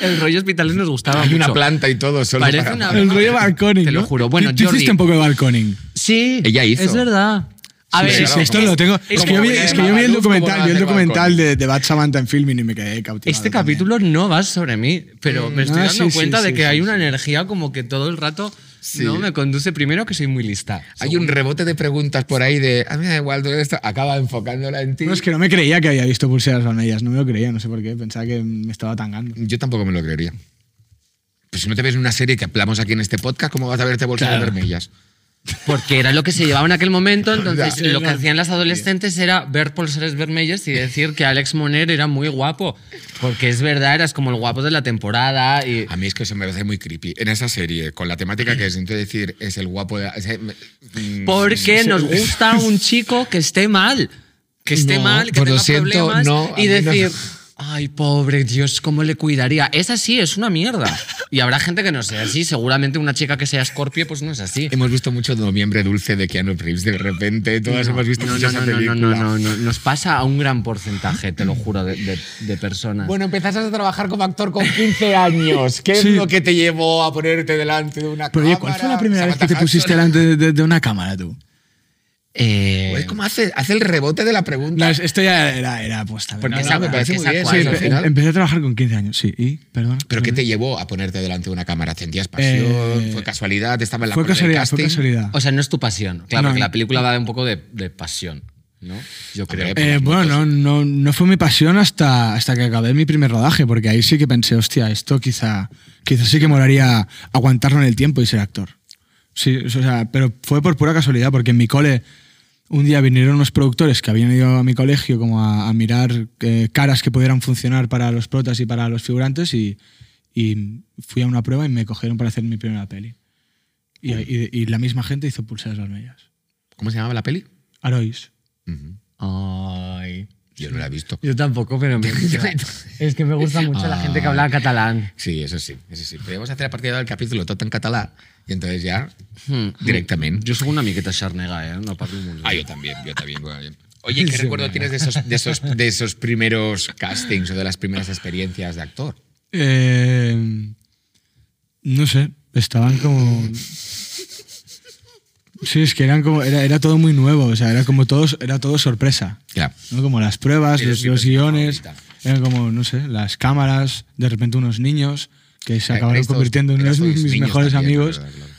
Speaker 1: el rollo hospitales nos gustaba
Speaker 2: Hay
Speaker 1: mucho.
Speaker 2: una planta y todo, solo
Speaker 1: Parece
Speaker 2: para-
Speaker 1: una-
Speaker 3: El rollo balconing.
Speaker 1: Te lo
Speaker 3: ¿no?
Speaker 1: juro. Bueno,
Speaker 3: ¿Tú- tú
Speaker 1: Jordi-
Speaker 3: hiciste un poco de balconing.
Speaker 1: Sí,
Speaker 2: Ella hizo.
Speaker 1: Es verdad. A
Speaker 3: Sí,
Speaker 1: ver,
Speaker 3: sí,
Speaker 2: claro,
Speaker 3: sí, esto
Speaker 2: como-
Speaker 3: lo tengo. Es que yo vi,
Speaker 2: como
Speaker 3: es que yo vi el
Speaker 2: Magaluf, como
Speaker 3: documental, vi el
Speaker 2: hace
Speaker 3: documental
Speaker 2: balconing.
Speaker 3: de, de Bad Samantha en filming y me quedé cautivado.
Speaker 1: este
Speaker 3: también.
Speaker 1: capítulo no va sobre mí, pero me estoy
Speaker 3: Ah,
Speaker 1: dando
Speaker 3: sí, sí,
Speaker 1: cuenta de
Speaker 3: sí,
Speaker 1: que
Speaker 3: sí,
Speaker 1: hay
Speaker 3: sí.
Speaker 1: una energía como que todo el rato no me conduce primero que soy muy lista.
Speaker 2: Hay un rebote de preguntas por ahí de, a mí me da igual todo esto, acaba enfocándola en ti.
Speaker 3: No, es que no me creía que había visto pulseras vermelhas, no me lo creía, no sé por qué, pensaba que me estaba tangando.
Speaker 2: Yo tampoco me lo creería. Pues si no te ves en una serie que hablamos aquí en este podcast, ¿cómo vas a verte bolsas
Speaker 3: Claro.
Speaker 2: vermellas?
Speaker 1: Porque era lo que se llevaba en aquel momento, entonces
Speaker 3: Ya.
Speaker 1: lo que hacían las adolescentes era ver pulseres vermelhas y decir que Alex Moner era muy guapo. Porque es verdad, eras como el guapo de la temporada y...
Speaker 2: A mí es que se me parece muy creepy. En esa serie, con la temática que es, entonces decir, es el guapo de... ese- mm,
Speaker 1: Porque nos gusta un chico que esté mal. Que esté
Speaker 2: No,
Speaker 1: mal, que
Speaker 2: pues lo
Speaker 1: tenga
Speaker 2: siento,
Speaker 1: problemas
Speaker 2: no, a
Speaker 1: y
Speaker 2: mí no.
Speaker 1: decir... Ay, pobre Dios, ¿cómo le cuidaría? Es así, es una mierda. Y habrá gente que no sea así. Seguramente una chica que sea Scorpio, pues no es así.
Speaker 2: Hemos visto mucho Noviembre Dulce de Keanu Reeves, de repente, todas hemos visto
Speaker 1: No,
Speaker 2: mucho
Speaker 1: no,
Speaker 2: esa
Speaker 1: no,
Speaker 2: película.
Speaker 1: no, no, no, no. Nos pasa a un gran porcentaje, te lo juro, de, de- de personas.
Speaker 2: Bueno, empezaste a trabajar como actor con 15 años. ¿Qué
Speaker 3: Sí.
Speaker 2: es lo que te llevó a ponerte delante de una
Speaker 3: Pero oye,
Speaker 2: cámara?
Speaker 3: ¿cuál fue la primera vez que te
Speaker 2: Ah, Samantha
Speaker 3: pusiste
Speaker 2: Hudson?
Speaker 3: delante de, de- de una cámara tú?
Speaker 1: Eh,
Speaker 2: Pues, ¿Cómo hace, hace el rebote de la pregunta?
Speaker 3: No, es- esto ya era, era apuesta.
Speaker 2: Porque
Speaker 3: ¿verdad?
Speaker 2: esa- me
Speaker 1: porque
Speaker 2: parece
Speaker 1: es
Speaker 2: muy bien.
Speaker 1: acuario,
Speaker 2: sí,
Speaker 1: al
Speaker 2: pe-
Speaker 3: Em- Empecé a trabajar con 15 años, sí, y, perdón.
Speaker 2: ¿Pero qué te llevó a ponerte delante de una cámara? ¿Sentías pasión?
Speaker 3: Eh,
Speaker 2: ¿Fue casualidad? ¿Estaba en la
Speaker 3: Fue
Speaker 2: cola del
Speaker 3: casualidad,
Speaker 2: casting?
Speaker 3: fue casualidad.
Speaker 1: o sea, no es tu pasión. Claro,
Speaker 3: No.
Speaker 1: porque la película va de un poco de, de pasión, ¿no? Yo creo.
Speaker 2: Hombre,
Speaker 3: Eh,
Speaker 2: las
Speaker 3: bueno,
Speaker 2: motos.
Speaker 3: no, no, no fue mi pasión hasta, hasta que acabé mi primer rodaje, porque ahí sí que pensé, hostia, esto quizá, quizá sí que molaría aguantarlo en el tiempo y ser actor. Sí, o sea, pero fue por pura casualidad, porque en mi cole un día vinieron unos productores que habían ido a mi colegio como a, a mirar eh, caras que pudieran funcionar para los protas y para los figurantes y, y fui a una prueba y me cogieron para hacer mi primera peli. Y, y- y la misma gente hizo pulseras vermelhas.
Speaker 2: ¿Cómo se llamaba la peli?
Speaker 3: Arois.
Speaker 2: Ujú.
Speaker 1: Ay.
Speaker 2: Yo no la he visto.
Speaker 1: Yo tampoco, pero me gusta. es que me gusta mucho la gente que habla catalán.
Speaker 2: Sí, eso sí, eso sí. Podríamos hacer a partir de ahora el capítulo todo en catalán y entonces ya
Speaker 1: Hmm.
Speaker 2: directamente.
Speaker 1: Yo soy una miqueta xarnega, ¿eh? No parlo muy
Speaker 2: Ah, yo también, yo también. bueno, yo- Oye, ¿qué recuerdo tienes de esos, de, esos, de esos primeros castings o de las primeras experiencias de actor?
Speaker 3: Eh, no sé, estaban como. Sí, es que eran como, era, era todo muy nuevo, o sea, era como todos, era todo sorpresa.
Speaker 2: Claro.
Speaker 3: ¿no? Como las pruebas,
Speaker 2: Eres
Speaker 3: los,
Speaker 2: mi
Speaker 3: los
Speaker 2: persona
Speaker 3: guiones,
Speaker 2: favorita.
Speaker 3: eran como, no sé, las cámaras, de repente unos niños que se
Speaker 2: Eh,
Speaker 3: acabaron
Speaker 2: estos-
Speaker 3: convirtiendo en unos
Speaker 2: esos
Speaker 3: de mis
Speaker 2: niños
Speaker 3: mejores
Speaker 2: también,
Speaker 3: amigos.
Speaker 2: claro, claro.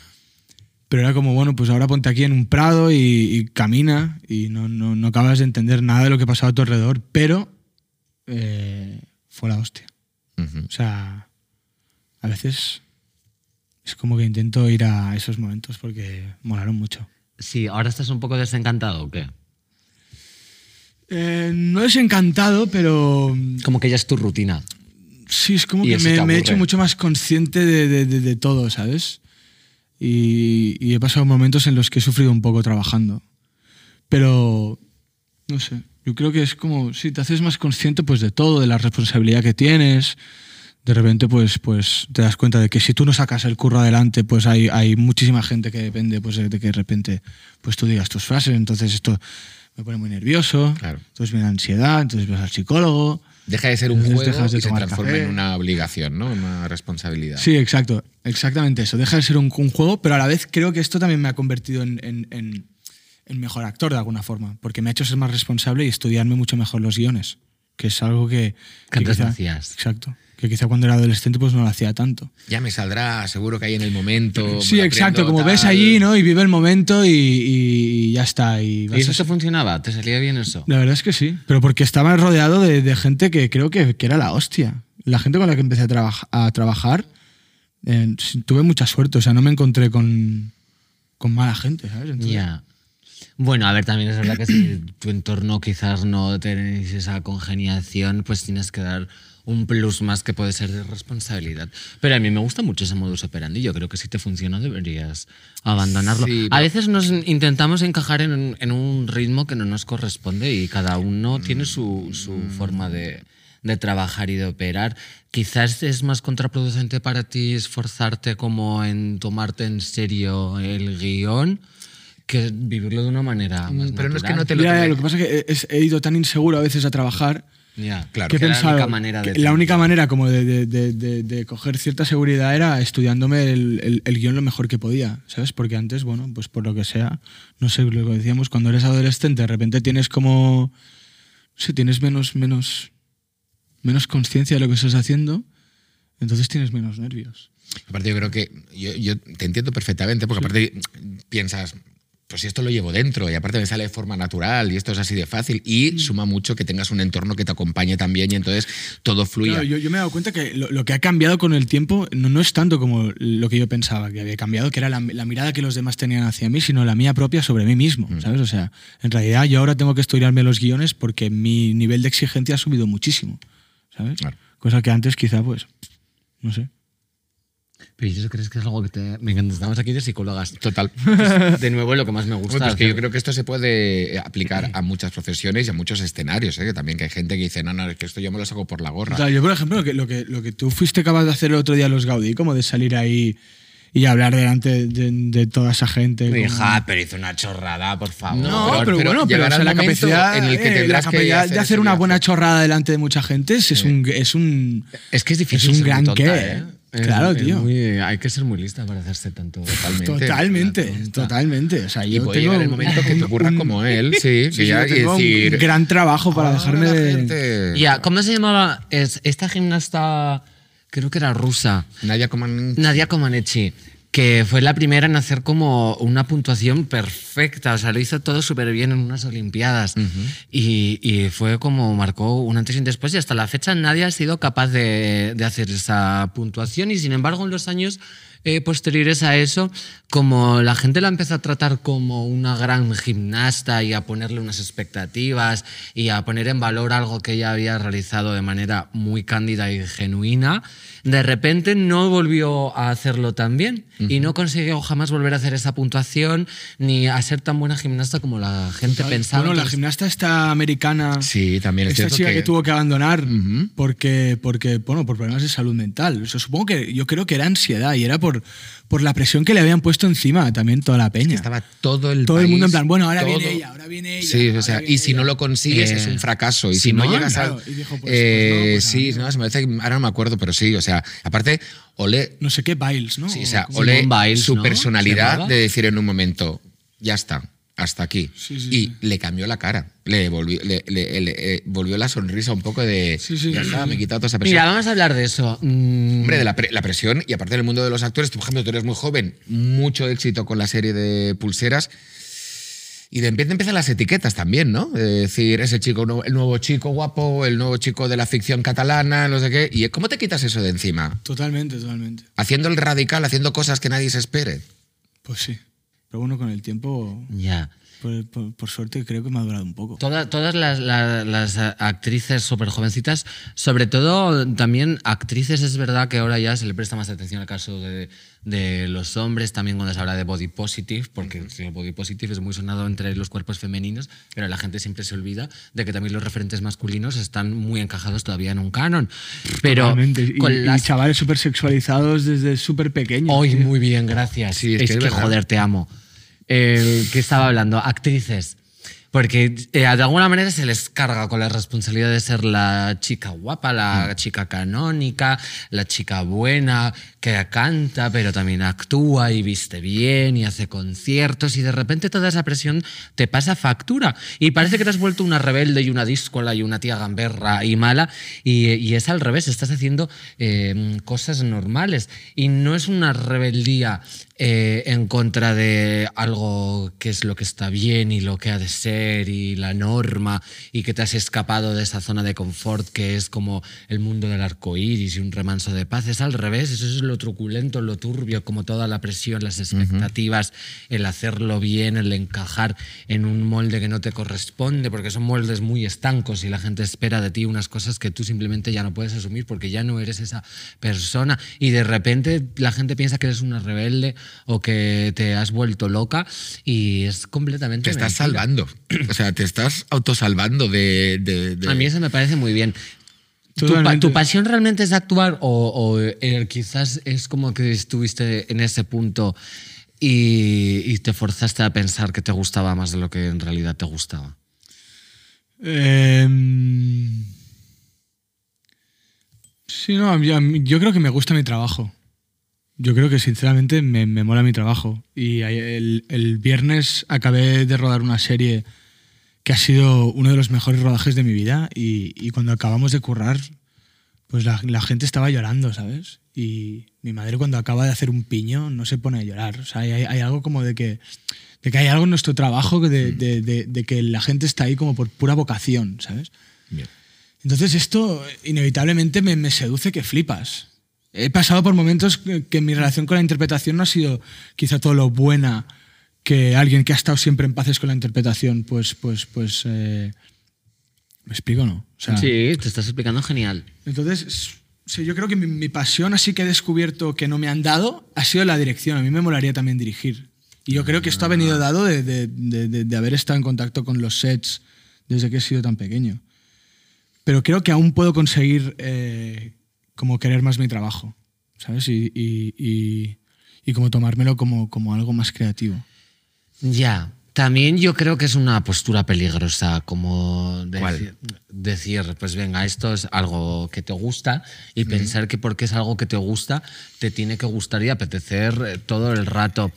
Speaker 3: Pero era como, bueno, pues ahora ponte aquí en un prado y, y camina y no, no, no acabas de entender nada de lo que pasaba a tu alrededor, pero eh, fue la hostia.
Speaker 2: Ujú.
Speaker 3: O sea, a veces es como que intento ir a esos momentos porque molaron mucho.
Speaker 1: Sí, ahora estás un poco desencantado, ¿o qué?
Speaker 3: Eh, no es encantado, pero mm,
Speaker 1: Como que ya es tu rutina.
Speaker 3: sí, es como
Speaker 1: Y
Speaker 3: que
Speaker 1: eso te
Speaker 3: me, me he
Speaker 1: aburre.
Speaker 3: hecho mucho más consciente de, de- de- de todo, ¿sabes? Y, y he pasado momentos en los que he sufrido un poco trabajando. Pero, no sé, yo creo que es como, si te haces más consciente pues de todo, de la responsabilidad que tienes, de repente pues, pues te das cuenta de que si tú no sacas el curro adelante, pues hay, hay muchísima gente que depende pues, de que de repente pues, tú digas tus frases, entonces esto me pone muy nervioso,
Speaker 2: Claro.
Speaker 3: entonces me da ansiedad, entonces vas al psicólogo.
Speaker 2: Deja de ser un
Speaker 3: Entonces
Speaker 2: juego
Speaker 3: dejas de
Speaker 2: y se
Speaker 3: tomar
Speaker 2: transforma
Speaker 3: café.
Speaker 2: en una obligación, ¿no? En una responsabilidad.
Speaker 3: Sí, exacto, exactamente eso. Deja de ser un, un juego, pero a la vez creo que esto también me ha convertido en, en- en- en mejor actor de alguna forma, porque me ha hecho ser más responsable y estudiarme mucho mejor los guiones, que es algo que...
Speaker 1: Que antes no
Speaker 3: quizá-
Speaker 1: hacías.
Speaker 3: Exacto, que quizá cuando era adolescente pues no lo hacía tanto.
Speaker 2: Ya me saldrá, seguro que hay en el momento.
Speaker 3: Sí,
Speaker 2: me lo
Speaker 3: exacto,
Speaker 2: aprendo,
Speaker 3: como ves
Speaker 2: tal.
Speaker 3: allí, ¿no? Y vive el momento y, y- y ya está. Y vas
Speaker 1: ¿Y eso
Speaker 3: a-
Speaker 1: te funcionaba? ¿Te salía bien eso?
Speaker 3: La verdad es que sí, pero porque estaba rodeado de, de gente que creo que, que era la hostia. La gente con la que empecé a, trabaj- a trabajar, eh, s- tuve mucha suerte, o sea, no me encontré con, con mala gente, ¿sabes? Entonces,
Speaker 1: Ya. Bueno, a ver, también es verdad que si tu entorno quizás no tenés esa congeniación, pues tienes que dar un plus más que puede ser de responsabilidad. Pero a mí me gusta mucho ese modus operandi. Yo creo que si te funciona deberías abandonarlo.
Speaker 2: Sí,
Speaker 1: a
Speaker 2: pero-
Speaker 1: veces nos intentamos encajar en, un- en un ritmo que no nos corresponde y cada
Speaker 2: Mm.
Speaker 1: uno tiene su, su forma de, de trabajar y de operar. Quizás es más contraproducente para ti esforzarte como en tomarte en serio el guión que vivirlo de una manera más
Speaker 2: Mm, Pero no es que no
Speaker 1: natural.
Speaker 2: te lo
Speaker 3: Ya, ya,
Speaker 2: tomes-
Speaker 3: lo que pasa es que es- he ido tan inseguro a veces a trabajar
Speaker 1: Ya,
Speaker 2: Claro.
Speaker 3: que he
Speaker 1: que era la
Speaker 3: pensado
Speaker 1: única manera de
Speaker 3: que la única
Speaker 1: tenerlo.
Speaker 3: manera como de, de- de- de- de coger cierta seguridad era estudiándome el, el- el guión lo mejor que podía, ¿sabes? Porque antes, bueno, pues por lo que sea, no sé, lo que decíamos, cuando eres adolescente de repente tienes como... Sí, tienes menos, menos, menos conciencia de lo que estás haciendo, entonces tienes menos nervios.
Speaker 2: Aparte, yo creo que yo, yo te entiendo perfectamente, porque aparte piensas, pues si esto lo llevo dentro, y aparte me sale de forma natural, y esto es así de fácil, y
Speaker 3: Mm.
Speaker 2: suma mucho que tengas un entorno que te acompañe también, y entonces todo fluya.
Speaker 3: Claro, yo, yo me he dado cuenta que lo, lo que ha cambiado con el tiempo no, no es tanto como lo que yo pensaba que había cambiado, que era la, la mirada que los demás tenían hacia mí, sino la mía propia sobre mí mismo, ¿sabes? O sea, en realidad yo ahora tengo que estudiarme los guiones porque mi nivel de exigencia ha subido muchísimo, ¿sabes?
Speaker 2: Claro.
Speaker 3: Cosa que antes quizá, pues, no sé.
Speaker 1: Pero ¿y eso crees que es algo que te... Me encanta, estamos aquí de psicólogas.
Speaker 2: Total.
Speaker 3: Pues
Speaker 1: De nuevo, lo que más me
Speaker 2: Bueno,
Speaker 1: gusta.
Speaker 2: pero es pues que yo
Speaker 1: hacer.
Speaker 2: creo que esto se puede eh,
Speaker 3: Mm.
Speaker 2: aplicar a muchas profesiones y a muchos escenarios, ¿eh? que también que hay gente que dice, no, no, es que esto yo me lo saco por la gorra.
Speaker 3: O sea, yo, por ejemplo, lo que, lo, que, lo que tú fuiste capaz de hacer el otro día en los Gaudí, como de salir ahí y hablar delante de, de toda esa gente.
Speaker 1: Mi
Speaker 3: como-
Speaker 1: hija, pero hizo una chorrada, por favor.
Speaker 3: No, pero,
Speaker 2: pero
Speaker 3: bueno, pero
Speaker 2: llegará
Speaker 3: o sea,
Speaker 2: el
Speaker 3: la
Speaker 2: momento
Speaker 3: capacidad,
Speaker 2: en el que
Speaker 3: eh, la
Speaker 2: tendrás que
Speaker 3: capacidad
Speaker 2: hacer
Speaker 3: de
Speaker 2: ese
Speaker 3: hacer una buena
Speaker 2: viaje.
Speaker 3: chorrada delante de mucha gente es, es un es un
Speaker 1: Es que es
Speaker 3: difícil
Speaker 1: Es un
Speaker 3: ser muy
Speaker 1: gran
Speaker 3: tonta,
Speaker 1: qué.
Speaker 3: ¿eh? Claro,
Speaker 1: es
Speaker 3: tío.
Speaker 2: eh,
Speaker 1: muy- hay que ser muy lista para hacerse tanto.
Speaker 2: Totalmente.
Speaker 3: totalmente,
Speaker 1: tonta.
Speaker 3: totalmente, o sea,
Speaker 2: Y
Speaker 3: yo
Speaker 2: puede
Speaker 3: tengo
Speaker 2: llegar el momento que te ocurra como él, sí,
Speaker 3: sí,
Speaker 2: que
Speaker 3: sí,
Speaker 2: ya-
Speaker 3: yo tengo un
Speaker 2: y decir,
Speaker 3: gran trabajo para
Speaker 2: "Ahora
Speaker 3: dejarme
Speaker 2: la
Speaker 3: de
Speaker 2: gente".
Speaker 1: Ya, ¿cómo se llamaba? Es- esta gimnasta, creo que era rusa,
Speaker 2: Nadia Coman
Speaker 1: Nadia Comaneci, que fue la primera en hacer como una puntuación perfecta. O sea, lo hizo todo súper bien en unas Olimpiadas. y, y fue como marcó un antes y un después. Y hasta la fecha nadie ha sido capaz de, de hacer esa puntuación. Y sin embargo, en los años eh, posteriores a eso, como la gente la empezó a tratar como una gran gimnasta y a ponerle unas expectativas y a poner en valor algo que ella había realizado de manera muy cándida y genuina, de repente no volvió a hacerlo tan bien y no consiguió jamás volver a hacer esa puntuación ni a ser tan buena gimnasta como la gente pensaba.
Speaker 3: Bueno, la
Speaker 1: Entonces,
Speaker 3: gimnasta esta americana
Speaker 2: Sí, también es
Speaker 3: Esta
Speaker 2: cierto
Speaker 3: chica que,
Speaker 2: que-
Speaker 3: tuvo que abandonar
Speaker 2: Ujú.
Speaker 3: porque, porque, bueno, por problemas de salud mental. O sea, supongo que yo creo que era ansiedad y era por, por la presión que le habían puesto encima también toda la peña.
Speaker 2: estaba todo el
Speaker 3: todo el
Speaker 2: país,
Speaker 3: mundo en plan, bueno, ahora
Speaker 2: todo-
Speaker 3: viene ella, ahora viene ella.
Speaker 2: Sí, o
Speaker 3: ahora
Speaker 2: sea,
Speaker 3: viene
Speaker 2: y si
Speaker 3: ella".
Speaker 2: no lo consigues
Speaker 1: Eh,
Speaker 2: es un fracaso. Y si,
Speaker 1: si
Speaker 2: no,
Speaker 1: no,
Speaker 2: llegas
Speaker 3: claro.
Speaker 2: a.
Speaker 3: Y dijo, pues,
Speaker 2: Eh,
Speaker 3: pues no, pues
Speaker 2: sí,
Speaker 3: nada.
Speaker 2: no, se me parece que ahora no me acuerdo, pero sí, o sea, aparte, ole,
Speaker 3: No sé qué, Biles, ¿no?
Speaker 2: sí, o sea,
Speaker 3: ¿Cómo?
Speaker 2: ole
Speaker 1: Simone Biles,
Speaker 2: su
Speaker 1: ¿no? ¿Se
Speaker 2: personalidad
Speaker 1: llamaba?
Speaker 2: de decir en un momento, ya está, hasta aquí.
Speaker 3: Sí, sí,
Speaker 2: y
Speaker 3: sí.
Speaker 2: le cambió la cara, le volvió, le, le- le- eh, volvió la sonrisa un poco de.
Speaker 3: Sí, sí,
Speaker 2: ya
Speaker 3: sí,
Speaker 2: está,
Speaker 3: sí.
Speaker 2: me he quitado toda esa presión.
Speaker 1: Mira, vamos a hablar de eso. Mm,
Speaker 2: Hombre, de la, pre- la presión y aparte del mundo de los actores, tú, por ejemplo, tú eres muy joven, mucho éxito con la serie de pulseras. Y de repente empiezan las etiquetas también, ¿no? De decir, es el chico, nu- el nuevo chico guapo, el nuevo chico de la ficción catalana, no sé qué. ¿Y cómo te quitas eso de encima?
Speaker 3: Totalmente, totalmente.
Speaker 2: Haciendo el radical, haciendo cosas que nadie se espere.
Speaker 3: Pues sí. Pero bueno, con el tiempo,
Speaker 1: Ya.
Speaker 3: por, por- por suerte, creo que me ha durado un poco.
Speaker 1: Toda- todas las, la- las eh, actrices súper jovencitas, sobre todo también actrices, es verdad que ahora ya se le presta más atención al caso de, de los hombres, también cuando se habla de body positive, porque el body positive es muy sonado entre los cuerpos femeninos, pero la gente siempre se olvida de que también los referentes masculinos están muy encajados todavía en un canon. Pero
Speaker 3: Totalmente. Y,
Speaker 1: con
Speaker 3: y
Speaker 1: las-
Speaker 3: chavales súper sexualizados desde súper pequeños.
Speaker 1: Hoy
Speaker 3: tío.
Speaker 1: muy bien, gracias.
Speaker 2: Sí, es
Speaker 1: es,
Speaker 2: que
Speaker 1: que,
Speaker 2: es verdad.
Speaker 1: joder, te amo. El que estaba hablando, actrices. Porque eh, de alguna manera se les carga con la responsabilidad de ser la chica guapa,
Speaker 2: Mm.
Speaker 1: la chica canónica, la chica buena, que canta, pero también actúa y viste bien y hace conciertos y de repente toda esa presión te pasa factura. Y parece que te has vuelto una rebelde y una díscola y una tía gamberra y mala y, y es al revés, estás haciendo eh, cosas normales y no es una rebeldía eh, en contra de algo que es lo que está bien y lo que ha de ser y la norma y que te has escapado de esa zona de confort que es como el mundo del arco iris y un remanso de paz. Es al revés, eso es lo truculento, lo turbio, como toda la presión, las expectativas, el hacerlo bien, el encajar en un molde que no te corresponde, porque son moldes muy estancos y la gente espera de ti unas cosas que tú simplemente ya no puedes asumir porque ya no eres esa persona y de repente la gente piensa que eres una rebelde o que te has vuelto loca y es completamente
Speaker 2: Te estás
Speaker 1: mentira.
Speaker 2: salvando. O sea, te estás autosalvando de. de, de-
Speaker 1: A mí eso me parece muy bien. ¿Tu, pa-
Speaker 3: Totalmente.
Speaker 1: tu pasión realmente es actuar o, o, eh, quizás es como que estuviste en ese punto y, y te forzaste a pensar que te gustaba más de lo que en realidad te gustaba?
Speaker 3: Em, sí, no, a mí- a mí- yo creo que me gusta mi trabajo. Yo creo que sinceramente me, me mola mi trabajo. Y ahí el, el viernes acabé de rodar una serie que ha sido uno de los mejores rodajes de mi vida y, y cuando acabamos de currar, pues la, la gente estaba llorando, ¿sabes? Y mi madre cuando acaba de hacer un piño no se pone a llorar. O sea, hay, hay algo como de que, de que hay algo en nuestro trabajo que de, de- de- de que la gente está ahí como por pura vocación, ¿sabes?
Speaker 2: Bien.
Speaker 3: Entonces esto inevitablemente me, me seduce que flipas. He pasado por momentos que que mi relación con la interpretación no ha sido quizá todo lo buena que alguien que ha estado siempre en paces con la interpretación, pues, pues, pues, eh, ¿me explico o no? O sea,
Speaker 1: sí, te estás explicando genial.
Speaker 3: entonces, s- sí, yo creo que mi, mi pasión así que he descubierto que no me han dado ha sido la dirección. A mí me molaría también dirigir. Y yo creo que esto ha venido dado de, de- de- de- de haber estado en contacto con los sets desde que he sido tan pequeño. Pero creo que aún puedo conseguir eh, como querer más mi trabajo, ¿sabes? Y, y- y- y como tomármelo como, como algo más creativo.
Speaker 1: Ya. También yo creo que es una postura peligrosa, como de-
Speaker 2: ¿Cuál?
Speaker 1: decir, pues venga, esto es algo que te gusta y pensar que porque es algo que te gusta, te tiene que gustar y apetecer eh, todo el rato.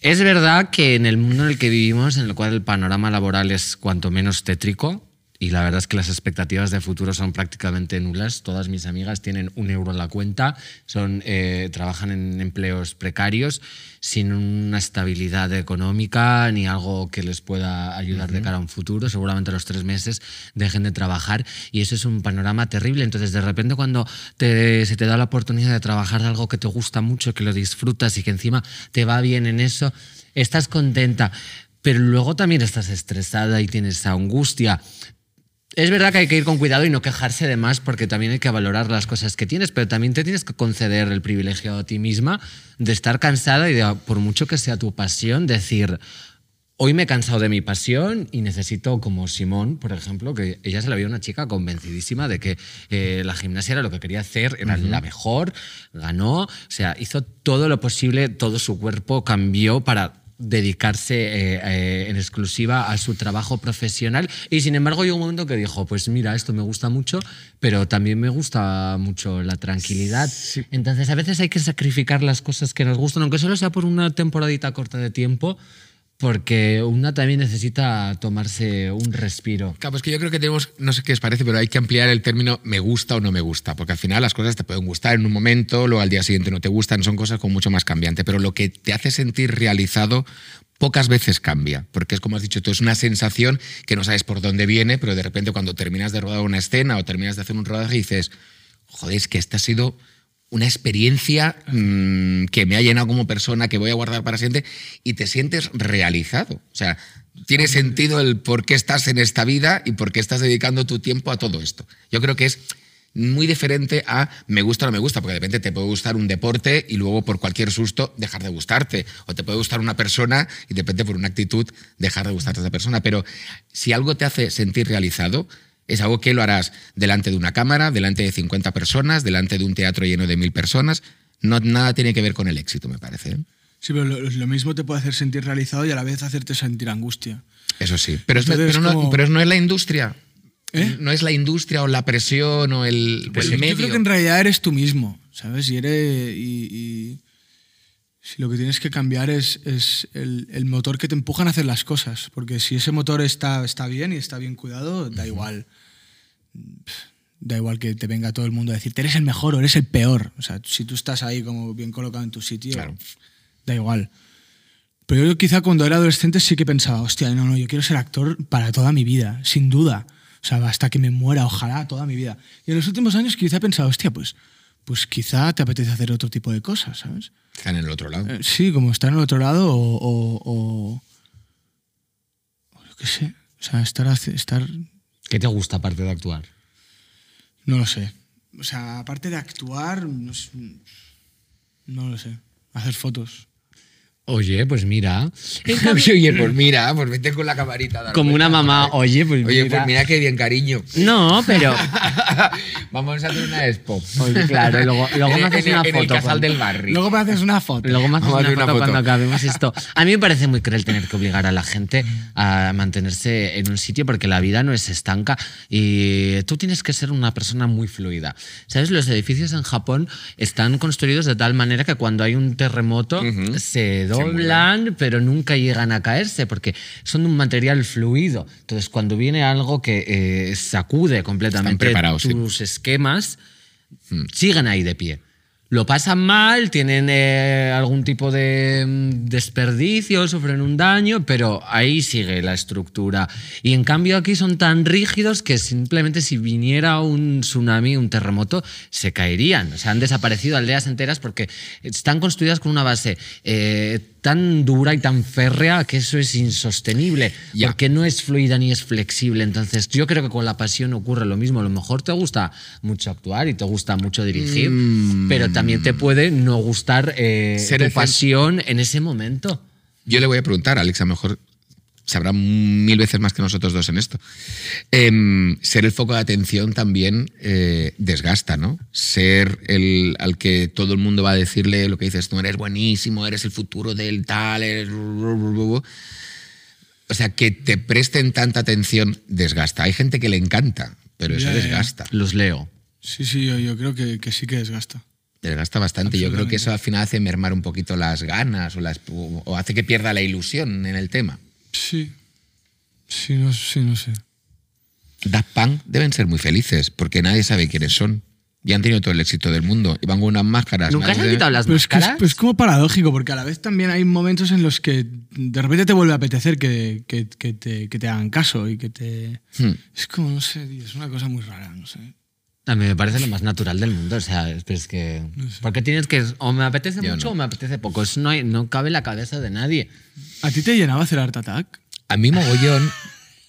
Speaker 1: Es verdad que en el mundo en el que vivimos, en el cual el panorama laboral es cuanto menos tétrico, y la verdad es que las expectativas de futuro son prácticamente nulas. Todas mis amigas tienen un euro en la cuenta, son, eh, trabajan en empleos precarios, sin una estabilidad económica ni algo que les pueda ayudar de cara a un futuro. Seguramente a los tres meses dejen de trabajar y eso es un panorama terrible. Entonces, de repente, cuando te- se te da la oportunidad de trabajar de algo que te gusta mucho, que lo disfrutas y que encima te va bien en eso, estás contenta, pero luego también estás estresada y tienes esa angustia. Es verdad que hay que ir con cuidado y no quejarse de más porque también hay que valorar las cosas que tienes, pero también te tienes que conceder el privilegio a ti misma de estar cansada y de, por mucho que sea tu pasión, decir, hoy me he cansado de mi pasión y necesito, como Simón, por ejemplo, que ella se la vio una chica convencidísima de que eh, la gimnasia era lo que quería hacer, era la mejor, ganó, o sea, hizo todo lo posible, todo su cuerpo cambió para dedicarse eh, eh, en exclusiva a su trabajo profesional y sin embargo llegó un momento que dijo pues mira esto me gusta mucho pero también me gusta mucho la tranquilidad entonces a veces hay que sacrificar las cosas que nos gustan aunque solo sea por una temporadita corta de tiempo porque una también necesita tomarse un respiro.
Speaker 2: Claro, es que yo creo que tenemos, no sé qué os parece, pero hay que ampliar el término me gusta o no me gusta, porque al final las cosas te pueden gustar en un momento, luego al día siguiente no te gustan, son cosas como mucho más cambiante, pero lo que te hace sentir realizado pocas veces cambia, porque es como has dicho tú, es una sensación que no sabes por dónde viene, pero de repente cuando terminas de rodar una escena o terminas de hacer un rodaje dices, joder, es que esta ha sido una experiencia mm, que me ha llenado como persona, que voy a guardar para siempre, y te sientes realizado. O sea, tiene sentido el por qué estás en esta vida y por qué estás dedicando tu tiempo a todo esto. Yo creo que es muy diferente a me gusta o no me gusta, porque de repente te puede gustar un deporte y luego por cualquier susto dejar de gustarte, o te puede gustar una persona y de repente por una actitud dejar de gustarte a esa persona, pero si algo te hace sentir realizado, es algo que lo harás delante de una cámara, delante de 50 personas, delante de un teatro lleno de mil personas. No, nada tiene que ver con el éxito, me parece. ¿eh?
Speaker 3: Sí, pero lo, lo mismo te puede hacer sentir realizado y a la vez hacerte sentir angustia.
Speaker 2: Eso sí. Pero, es-
Speaker 3: Entonces,
Speaker 2: pero no,
Speaker 3: como-
Speaker 2: pero no es la industria.
Speaker 3: ¿Eh?
Speaker 2: No es la industria o la presión o el, o el
Speaker 3: Pues
Speaker 2: medio.
Speaker 3: Yo creo que en realidad eres tú mismo, ¿sabes? Y eres. Y, y- si lo que tienes que cambiar es, es el, el motor que te empujan a hacer las cosas. Porque si ese motor está, está bien y está bien cuidado, da igual. Pff, Da igual que te venga todo el mundo a decirte eres el mejor o eres el peor. O sea, si tú estás ahí como bien colocado en tu sitio,
Speaker 2: Claro.
Speaker 3: da igual. Pero yo quizá cuando era adolescente sí que pensaba, hostia, no, no, yo quiero ser actor para toda mi vida, sin duda. O sea, hasta que me muera, ojalá, toda mi vida. Y en los últimos años quizá he pensado, hostia, pues, pues quizá te apetece hacer otro tipo de cosas, ¿sabes?
Speaker 2: Están en el otro lado.
Speaker 3: Eh, sí, como estar en el otro lado o... o, o- o yo qué sé. O sea, estar, hace- estar...
Speaker 1: ¿Qué te gusta aparte de actuar?
Speaker 3: No lo sé. O sea, aparte de actuar, no, sé, no lo sé. Hacer fotos.
Speaker 1: Oye, pues mira.
Speaker 2: Oye, pues mira, pues vete con la camarita. a dar
Speaker 1: Como una
Speaker 2: vueltas por
Speaker 1: mamá,
Speaker 2: ahí.
Speaker 1: oye, pues
Speaker 2: Oye,
Speaker 1: mira.
Speaker 2: pues mira qué bien, cariño.
Speaker 1: No, pero.
Speaker 2: Vamos a hacer una expo.
Speaker 1: Oye, claro, y luego- y luego
Speaker 2: en,
Speaker 1: me haces
Speaker 2: en-
Speaker 1: una
Speaker 2: en el
Speaker 1: foto,
Speaker 2: casal
Speaker 1: Juan.
Speaker 2: del barrio.
Speaker 3: Luego me haces una foto.
Speaker 1: Luego me haces
Speaker 2: Vamos a
Speaker 1: una,
Speaker 2: hacer una
Speaker 1: foto cuando
Speaker 2: foto.
Speaker 1: acabemos esto. A mí me parece muy cruel tener que obligar a la gente a mantenerse en un sitio porque la vida no es estanca y tú tienes que ser una persona muy fluida. ¿Sabes? Los edificios en Japón están construidos de tal manera que cuando hay un terremoto se doblan, pero nunca llegan a caerse porque son de un material fluido. Entonces, cuando viene algo que eh, sacude completamente
Speaker 2: preparados, sí.
Speaker 1: tus esquemas, Mm. siguen ahí de pie. Lo pasan mal, tienen eh, algún tipo de mm, desperdicio, sufren un daño, pero ahí sigue la estructura. Y en cambio aquí son tan rígidos que simplemente si viniera un tsunami, un terremoto, se caerían. O sea, han desaparecido aldeas enteras porque están construidas con una base eh, tan dura y tan férrea que eso es insostenible.
Speaker 2: Ya.
Speaker 1: Porque no es fluida ni es flexible. Entonces, yo creo que con la pasión ocurre lo mismo. A lo mejor te gusta mucho actuar y te gusta mucho dirigir, pero también te puede no gustar eh,
Speaker 2: Mm. Ser
Speaker 1: tu
Speaker 2: el cen-
Speaker 1: pasión en ese momento.
Speaker 2: Yo le voy a preguntar, Alex, a lo mejor sabrá mil veces más que nosotros dos en esto. Em, ser el foco de atención también eh, desgasta, ¿no? Ser el al que todo el mundo va a decirle lo que dices, tú eres buenísimo, eres el futuro del tal, eres... ru, ru, ru, ru". O sea, que te presten tanta atención desgasta. Hay gente que le encanta, pero eso
Speaker 3: Ya, ya.
Speaker 2: desgasta.
Speaker 1: Los leo.
Speaker 3: Sí, sí, yo, yo creo que, que sí que desgasta.
Speaker 2: Desgasta bastante. Yo creo que
Speaker 3: Absolutamente.
Speaker 2: eso al final hace mermar un poquito las ganas o, las, o o hace que pierda la ilusión en el tema.
Speaker 3: Sí. Sí, no, sí, no sé.
Speaker 2: Daft Punk deben ser muy felices porque nadie sabe quiénes son. Y han tenido todo el éxito del mundo. Y van con unas máscaras.
Speaker 1: ¿Nunca se
Speaker 2: nadie
Speaker 1: han
Speaker 2: sabe-
Speaker 1: quitado las
Speaker 3: Pero es, que es,
Speaker 1: máscaras?
Speaker 3: pues como paradójico, porque a la vez también hay momentos en los que de repente te vuelve a apetecer que, que- que te, que te hagan caso y que te...
Speaker 2: Hmm.
Speaker 3: Es como, no sé, tío, es una cosa muy rara, no sé.
Speaker 1: A mí me parece lo más natural del mundo. O sea, es es que. Porque tienes que. O me apetece
Speaker 2: Yo
Speaker 1: mucho
Speaker 2: no.
Speaker 1: o me apetece poco. Eso no, hay- no cabe en la cabeza de nadie.
Speaker 3: ¿A ti te llenaba hacer Art Attack?
Speaker 2: A mí mogollón.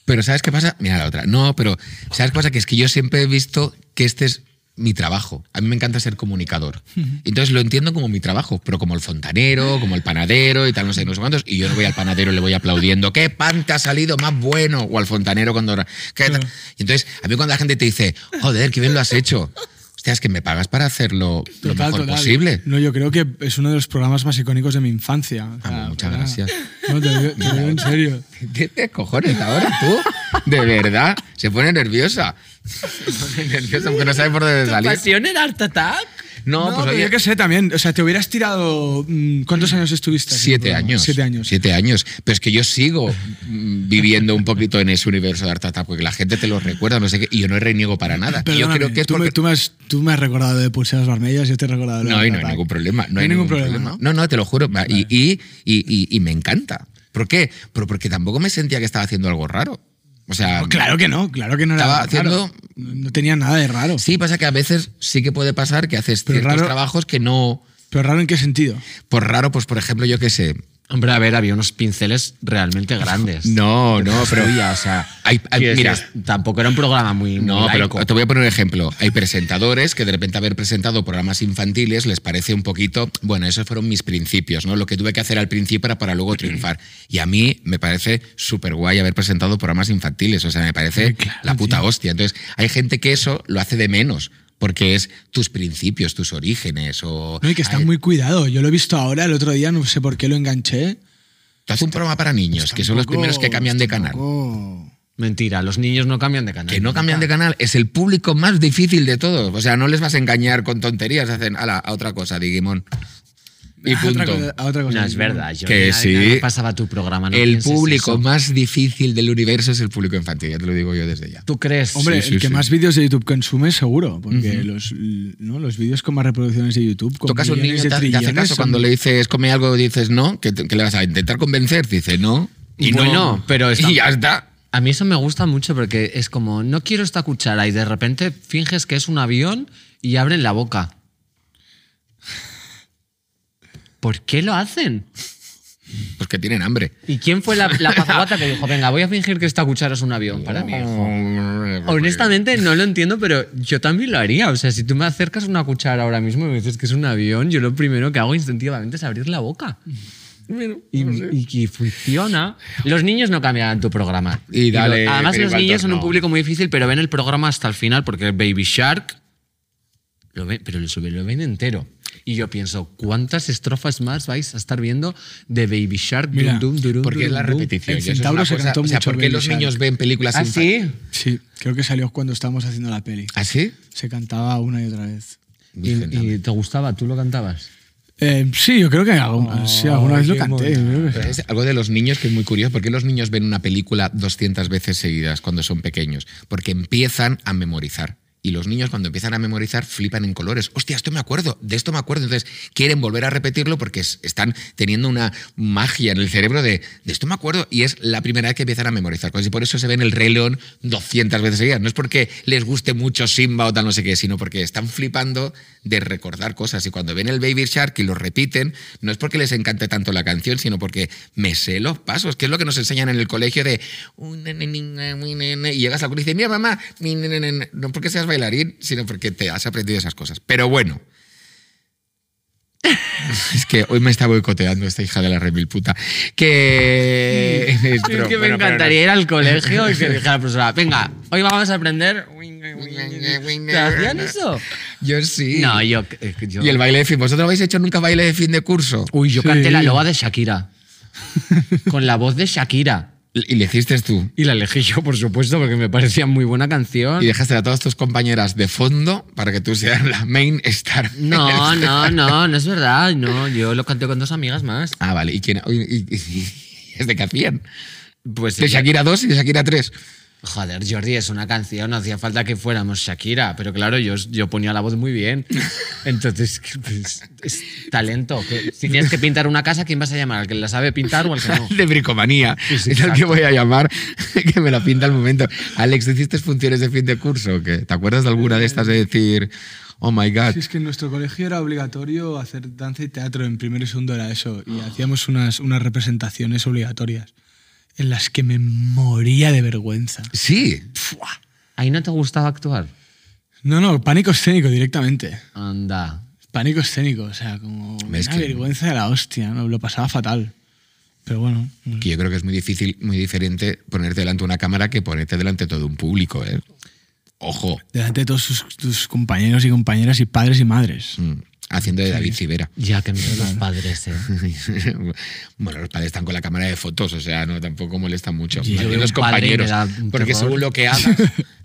Speaker 2: Pero ¿sabes qué pasa? Mira la otra. No, pero ¿sabes qué pasa? Que es que yo siempre he visto que este es mi trabajo. A mí me encanta ser comunicador. Entonces lo entiendo como mi trabajo, pero como el fontanero, como el panadero y tal, no sé, no sé cuántos. Y yo no voy al panadero y le voy aplaudiendo. ¡Qué pan te ha salido más bueno! O al fontanero cuando... ¿qué tal? Y entonces a mí cuando la gente te dice, joder, qué bien lo has hecho. Hostia, es que me pagas para hacerlo lo
Speaker 3: Total,
Speaker 2: mejor
Speaker 3: total.
Speaker 2: posible.
Speaker 3: No, yo creo que es uno de los programas más icónicos de mi infancia. o sea,
Speaker 2: Ah, muchas
Speaker 3: fuera-
Speaker 2: gracias.
Speaker 3: No, te, lo digo- te lo digo en serio.
Speaker 2: ¿Qué te cojones ahora tú? De verdad, se pone nerviosa. Se pone nerviosa porque no sabe por dónde salir.
Speaker 1: ¿Pasión era Art Attack?
Speaker 2: No,
Speaker 3: No,
Speaker 2: pues
Speaker 3: pero
Speaker 2: oye,
Speaker 3: yo qué sé también. O sea, te hubieras tirado... mm, ¿Cuántos años estuviste? haciendo
Speaker 2: siete
Speaker 3: el programa?
Speaker 2: años.
Speaker 3: Siete años.
Speaker 2: Siete años. Pero es que yo sigo mm, viviendo un poquito en ese universo de Artata porque la gente te lo recuerda, no sé qué, y yo no reniego para nada. Y yo
Speaker 3: Perdóname,
Speaker 2: creo que es
Speaker 3: tú,
Speaker 2: porque...
Speaker 3: me, tú, me has, tú me has recordado de pulseras barmellas, yo te he recordado de
Speaker 2: No,
Speaker 3: la
Speaker 2: y no hay
Speaker 3: Attack.
Speaker 2: ningún problema. No hay,
Speaker 3: ningún problema, ¿no?
Speaker 2: ¿no? no, te lo juro. va, Y, y, y- y- y me encanta. ¿Por qué? Pero porque tampoco me sentía que estaba haciendo algo raro. O sea,
Speaker 3: Pues claro que no, claro que no era
Speaker 2: Estaba
Speaker 3: raro.
Speaker 2: haciendo-
Speaker 3: No, no tenía nada de raro.
Speaker 2: Sí, pasa que a veces sí que puede pasar que haces
Speaker 3: Pero
Speaker 2: ciertos
Speaker 3: raro-
Speaker 2: trabajos que no.
Speaker 3: Pero raro en qué sentido.
Speaker 2: Por raro, pues por ejemplo, yo qué sé.
Speaker 1: Hombre, a ver, había unos pinceles realmente grandes.
Speaker 2: No, no, pero.
Speaker 1: Había, o sea,
Speaker 2: Hay- hay-
Speaker 1: quiero
Speaker 2: mira.
Speaker 1: decir, tampoco era un programa muy.
Speaker 2: No,
Speaker 1: muy
Speaker 2: pero
Speaker 1: laico.
Speaker 2: te voy a poner un ejemplo. Hay presentadores que de repente haber presentado programas infantiles les parece un poquito, bueno, esos fueron mis principios, ¿no? Lo que tuve que hacer al principio era para luego triunfar. Y a mí me parece súper guay haber presentado programas infantiles, o sea, me parece la puta hostia. Entonces, hay gente que eso lo hace de menos. porque es tus principios, tus orígenes. O,
Speaker 3: No, y que está
Speaker 2: Ay,
Speaker 3: muy cuidado. Yo lo he visto ahora, el otro día, no sé por qué lo enganché.
Speaker 2: Tú haces un programa para niños, que son los
Speaker 3: Pues Tampoco-
Speaker 2: primeros que cambian de canal.
Speaker 3: tampoco-
Speaker 1: Mentira, los niños no cambian de canal.
Speaker 2: Que no cambian de canal, es el público más difícil de todos. O sea, no les vas a engañar con tonterías, hacen ala, a otra cosa, Digimon. Y
Speaker 3: A Ah, otra
Speaker 2: punto.
Speaker 3: cosa- Ah, a otra cosa.
Speaker 1: No, es verdad. Yo
Speaker 2: Que
Speaker 1: ni-
Speaker 2: sí.
Speaker 1: nada pasaba tu programa. no
Speaker 2: El
Speaker 1: pienses
Speaker 2: público
Speaker 1: eso.
Speaker 2: más difícil del universo es el público infantil, ya te lo digo yo desde ya.
Speaker 1: ¿Tú crees?
Speaker 3: Hombre,
Speaker 2: Sí, sí,
Speaker 3: el que
Speaker 2: sí.
Speaker 3: más vídeos de YouTube consume, seguro. Porque los, ¿no? los vídeos con más reproducciones de YouTube. Con
Speaker 2: Tocas a un niño
Speaker 3: millones
Speaker 2: y te,
Speaker 3: de
Speaker 2: hace- te hace
Speaker 3: trillones
Speaker 2: caso
Speaker 3: son-
Speaker 2: cuando le dices come algo y dices no, que, te- que le vas a intentar convencer, dice no. Y
Speaker 1: Bueno,
Speaker 2: no,
Speaker 1: pero está-
Speaker 2: Y ya está.
Speaker 1: A mí eso me gusta mucho porque es como, no quiero esta cuchara y de repente finges que es un avión y abren la boca. ¿Por qué lo hacen?
Speaker 2: Pues que tienen hambre.
Speaker 1: ¿Y quién fue la, la pazaguata que dijo, venga, voy a fingir que esta cuchara es un avión para mí? hijo"?
Speaker 2: Ah,
Speaker 1: Honestamente no lo entiendo, pero yo también lo haría. O sea, si tú me acercas una cuchara ahora mismo y me dices que es un avión, yo lo primero que hago instintivamente es abrir la boca. Y, y- y funciona. Los niños no cambian tu programa.
Speaker 2: Y dale,
Speaker 1: lo- además,
Speaker 2: pero
Speaker 1: los
Speaker 2: igual
Speaker 1: niños
Speaker 2: todos
Speaker 1: son un
Speaker 2: no.
Speaker 1: público muy difícil, pero ven el programa hasta el final porque Baby Shark. Lo ven, pero lo, sube- lo ven entero. Y yo pienso, ¿cuántas estrofas más vais a estar viendo de Baby Shark?
Speaker 3: Mira,
Speaker 2: Porque es la repetición.
Speaker 3: En
Speaker 2: y eso es
Speaker 3: Centauro
Speaker 2: una
Speaker 3: se
Speaker 2: cosa-
Speaker 3: cantó
Speaker 2: o sea,
Speaker 3: mucho
Speaker 2: ¿por qué
Speaker 3: Baby
Speaker 2: los
Speaker 3: Shark?
Speaker 2: niños ven películas
Speaker 1: ¿Ah,
Speaker 2: infantiles?
Speaker 1: sí?
Speaker 3: Sí, creo que salió cuando estábamos haciendo la peli.
Speaker 2: ¿Así?
Speaker 3: Se cantaba una y otra vez.
Speaker 1: Y, y te gustaba? ¿Tú lo cantabas?
Speaker 3: Eh, sí, yo creo que algún- sí, alguna vez lo canté. yo creo que-
Speaker 2: Es algo de los niños que es muy curioso. ¿Por qué los niños ven una película 200 veces seguidas cuando son pequeños? Porque empiezan a memorizar. Y los niños cuando empiezan a memorizar flipan en colores. Hostia, esto me acuerdo, de esto me acuerdo. Entonces quieren volver a repetirlo porque es- están teniendo una magia en el cerebro de, de esto me acuerdo. Y es la primera vez que empiezan a memorizar cosas. Y por eso se ven el Rey León 200 veces seguidas. No es porque les guste mucho Simba o tal no sé qué, sino porque están flipando de recordar cosas. Y cuando ven el Baby Shark y lo repiten, no es porque les encante tanto la canción, sino porque me sé los pasos, que es lo que nos enseñan en el colegio de... Y llegas al colegio y dices, mira mamá, mi nene, nene". no porque seas bailarín, sino porque te has aprendido esas cosas. Pero bueno. Es que hoy me está boicoteando esta hija de la remil puta. Que. Es
Speaker 1: Es que me
Speaker 2: bueno, pero no.
Speaker 1: encantaría ir al colegio y que dijera la profesora, venga, hoy vamos a aprender. ¿Te hacían eso?
Speaker 2: Yo sí.
Speaker 1: No, yo. eh, yo-
Speaker 2: Y el baile de fin. ¿Vosotros habéis hecho nunca baile de fin de curso?
Speaker 1: Uy, yo
Speaker 3: Sí.
Speaker 1: canté la loba de Shakira. Con la voz de Shakira.
Speaker 2: Y le hiciste tú.
Speaker 1: Y la elegí yo, por supuesto, porque me parecía muy buena canción.
Speaker 2: Y dejaste a todas tus compañeras de fondo para que tú seas la main star.
Speaker 1: No, no, no, no es verdad. No, yo lo canté con dos amigas más.
Speaker 2: Ah, vale. ¿Y quién? uy, y- y- ¿Es de qué hacían?
Speaker 1: Pues
Speaker 2: De
Speaker 1: ella-
Speaker 2: Shakira 2 y de Shakira 3.
Speaker 1: Joder, Jordi, es una canción, no hacía falta que fuéramos Shakira, pero claro, yo, yo ponía la voz muy bien. Entonces, pues, es talento. que si tienes que pintar una casa, ¿quién vas a llamar? ¿Al que la sabe pintar o al que no?
Speaker 2: De bricomanía.
Speaker 1: sí,
Speaker 2: es al
Speaker 1: exacto.
Speaker 2: que voy a llamar, que me la pinta al momento. Alex, ¿tú ¿hiciste funciones de fin de curso? o qué? ¿Te acuerdas de alguna de estas de decir, oh my god?
Speaker 3: Sí, es que en nuestro colegio era obligatorio hacer danza y teatro en primero y segundo era eso. Y hacíamos unas, unas representaciones obligatorias en las que me moría de vergüenza.
Speaker 2: Sí.
Speaker 1: ¿Ahí no te gustaba actuar?
Speaker 3: No, no, pánico escénico directamente.
Speaker 1: Anda.
Speaker 3: Pánico escénico, o sea, como una
Speaker 2: Es que-
Speaker 3: vergüenza de la hostia, ¿no? Lo pasaba fatal. Pero bueno,
Speaker 2: Que yo creo que es muy difícil, muy diferente ponerte delante de una cámara que ponerte delante de todo un público, ¿eh? Ojo,
Speaker 3: delante de todos sus- tus compañeros y compañeras y padres y madres.
Speaker 2: mm, haciendo de David Civera.
Speaker 1: Ya que miedo los padres, eh.
Speaker 2: bueno, los padres están con la cámara de fotos, o sea, no tampoco molesta mucho.
Speaker 1: Yo
Speaker 2: Más
Speaker 1: veo
Speaker 2: bien los
Speaker 1: un padre y me
Speaker 2: compañeros.
Speaker 1: da un
Speaker 2: Porque
Speaker 1: terror.
Speaker 2: según lo que hagas,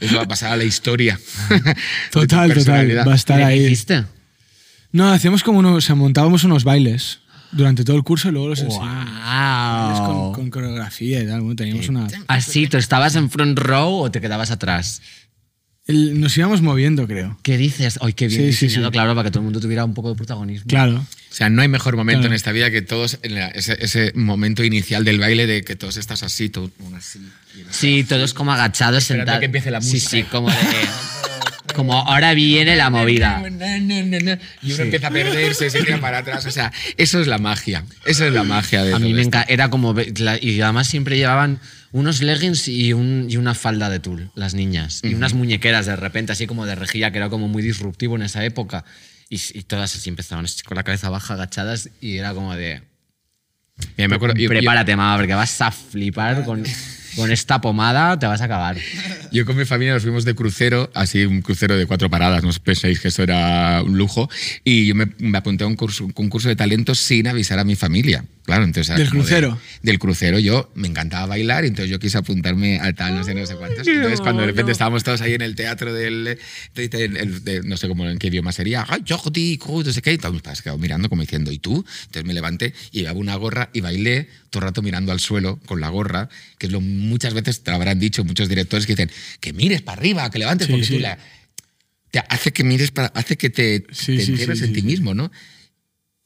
Speaker 2: eso va a pasar a la historia. de tu
Speaker 3: Total, total,
Speaker 2: personalidad.
Speaker 3: va a estar
Speaker 1: ¿Qué
Speaker 3: ahí.
Speaker 1: hiciste?
Speaker 3: No, hacíamos como unos, o sea, montábamos unos bailes durante todo el curso y luego los enseñábamos. Bailes
Speaker 1: ¡Wow!
Speaker 3: Con, con coreografía y tal, bueno, teníamos una...
Speaker 1: Así, ¿tú estabas en front row o te quedabas atrás?
Speaker 3: el- nos íbamos moviendo, creo.
Speaker 1: ¿Qué dices? ¡Ay, qué bien
Speaker 3: Sí, sí,
Speaker 1: diseñado,
Speaker 3: sí.
Speaker 1: claro, para que todo el mundo tuviera un poco de protagonismo!
Speaker 3: Claro.
Speaker 2: O sea, no hay mejor momento
Speaker 3: Claro.
Speaker 2: en esta vida que todos, en la- ese, ese momento inicial del baile de que todos estás así, tú, una así. y una-
Speaker 1: Sí, todos como agachados
Speaker 2: Esperando
Speaker 1: sentados.
Speaker 2: que empiece la música.
Speaker 1: Sí, sí, como de. como ahora viene la movida.
Speaker 2: Y uno empieza a perderse, se tira para atrás. O sea, eso es la magia. Eso es la magia de
Speaker 1: A mí
Speaker 2: todo
Speaker 1: me
Speaker 2: esto.
Speaker 1: encanta. Era como. ve- la- Y además siempre llevaban unos leggings y, un- y una falda de tul, las niñas. Y unas muñequeras de repente, así como de rejilla, que era como muy disruptivo en esa época. Y, s- y todas así empezaban así con la cabeza baja, agachadas, y era como de.
Speaker 2: Mira, me acuerdo, yo- yo-
Speaker 1: Prepárate, mamá, porque vas a flipar con. Con esta pomada te vas a cagar.
Speaker 2: Yo con mi familia nos fuimos de crucero, así un crucero de cuatro paradas, no os penséis que eso era un lujo, y yo me, me apunté a un curso, un concurso de talentos sin avisar a mi familia. Claro, entonces... era
Speaker 3: ¿Del
Speaker 2: como de-
Speaker 3: crucero?
Speaker 2: del crucero yo me encantaba bailar, y entonces yo quise apuntarme a tal, no sé, no sé cuántos.
Speaker 1: Ay,
Speaker 2: Entonces cuando de repente
Speaker 1: no.
Speaker 2: estábamos todos ahí en el teatro del... de- de- el- de- no sé cómo, en qué idioma sería, "Ay, yo, jodí, jo", no sé qué, y todos me estabas quedado mirando como diciendo, ¿y tú? Entonces me levanté y llevaba una gorra y bailé todo el rato mirando al suelo con la gorra, que es lo muchas veces te habrán dicho muchos directores que dicen, que mires para arriba, que levantes,
Speaker 3: Sí,
Speaker 2: porque tú
Speaker 3: sí.
Speaker 2: la... Te hace que mires para... hace que te,
Speaker 3: Sí,
Speaker 2: te
Speaker 3: sí,
Speaker 2: entierres
Speaker 3: sí,
Speaker 2: en
Speaker 3: sí,
Speaker 2: ti
Speaker 3: sí.
Speaker 2: mismo, ¿no?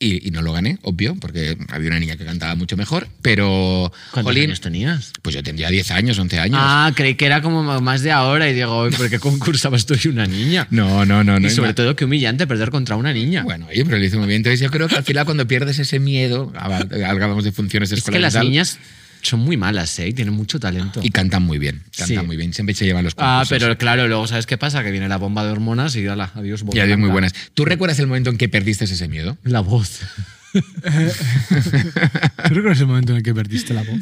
Speaker 2: Y, y no lo gané, obvio, porque había una niña que cantaba mucho mejor, pero...
Speaker 1: ¿Cuántos
Speaker 2: jolín,
Speaker 1: años tenías?
Speaker 2: pues yo tendría 10 años, 11 años.
Speaker 1: Ah, creí que era como más de ahora y digo, "Uy, ¿por qué concursabas tú y una niña?
Speaker 2: No, no, no, no.
Speaker 1: y sobre
Speaker 2: ima-
Speaker 1: todo, qué humillante perder contra una niña.
Speaker 2: Bueno, oye, pero lo hizo muy bien. Entonces yo creo que al final cuando pierdes ese miedo, hab- hablábamos de funciones
Speaker 1: es que
Speaker 2: escolares.
Speaker 1: las
Speaker 2: y tal,
Speaker 1: niñas son muy malas, ¿eh? Y tienen mucho talento.
Speaker 2: Ah, Y cantan muy bien, cantan
Speaker 1: Sí.
Speaker 2: muy bien. Siempre se llevan los
Speaker 1: Ah,
Speaker 2: concursos.
Speaker 1: pero claro, luego ¿sabes qué pasa? Que viene la bomba de hormonas y ala, adiós. boca
Speaker 2: Ya adiós, muy
Speaker 1: blanca.
Speaker 2: buenas. ¿Tú recuerdas el momento en que perdiste ese miedo?
Speaker 1: La voz.
Speaker 3: Creo que no es el momento en el que perdiste la voz.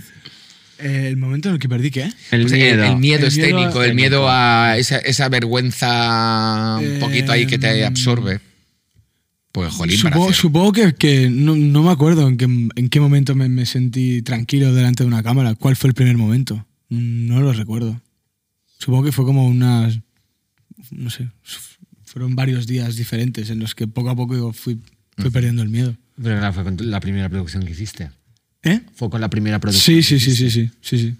Speaker 3: Eh, ¿El momento en el que perdí qué?
Speaker 1: El miedo.
Speaker 2: Pues El, miedo
Speaker 3: El miedo
Speaker 2: escénico, el
Speaker 1: escénico.
Speaker 2: miedo a esa, esa vergüenza un poquito ahí que te
Speaker 3: Em,
Speaker 2: absorbe. Pues jolín, para
Speaker 3: Supongo,
Speaker 2: hacer-
Speaker 3: supongo que, que no, no me acuerdo en qué, en qué momento me, me sentí tranquilo delante de una cámara. ¿Cuál fue el primer momento? No lo recuerdo. Supongo que fue como unas... No sé. Fueron varios días diferentes en los que poco a poco yo fui, fui perdiendo el miedo.
Speaker 1: Pero claro, fue con tu- la primera producción que hiciste.
Speaker 3: ¿Eh?
Speaker 1: Fue con la primera producción.
Speaker 3: Sí, sí, sí, sí, sí, sí, sí.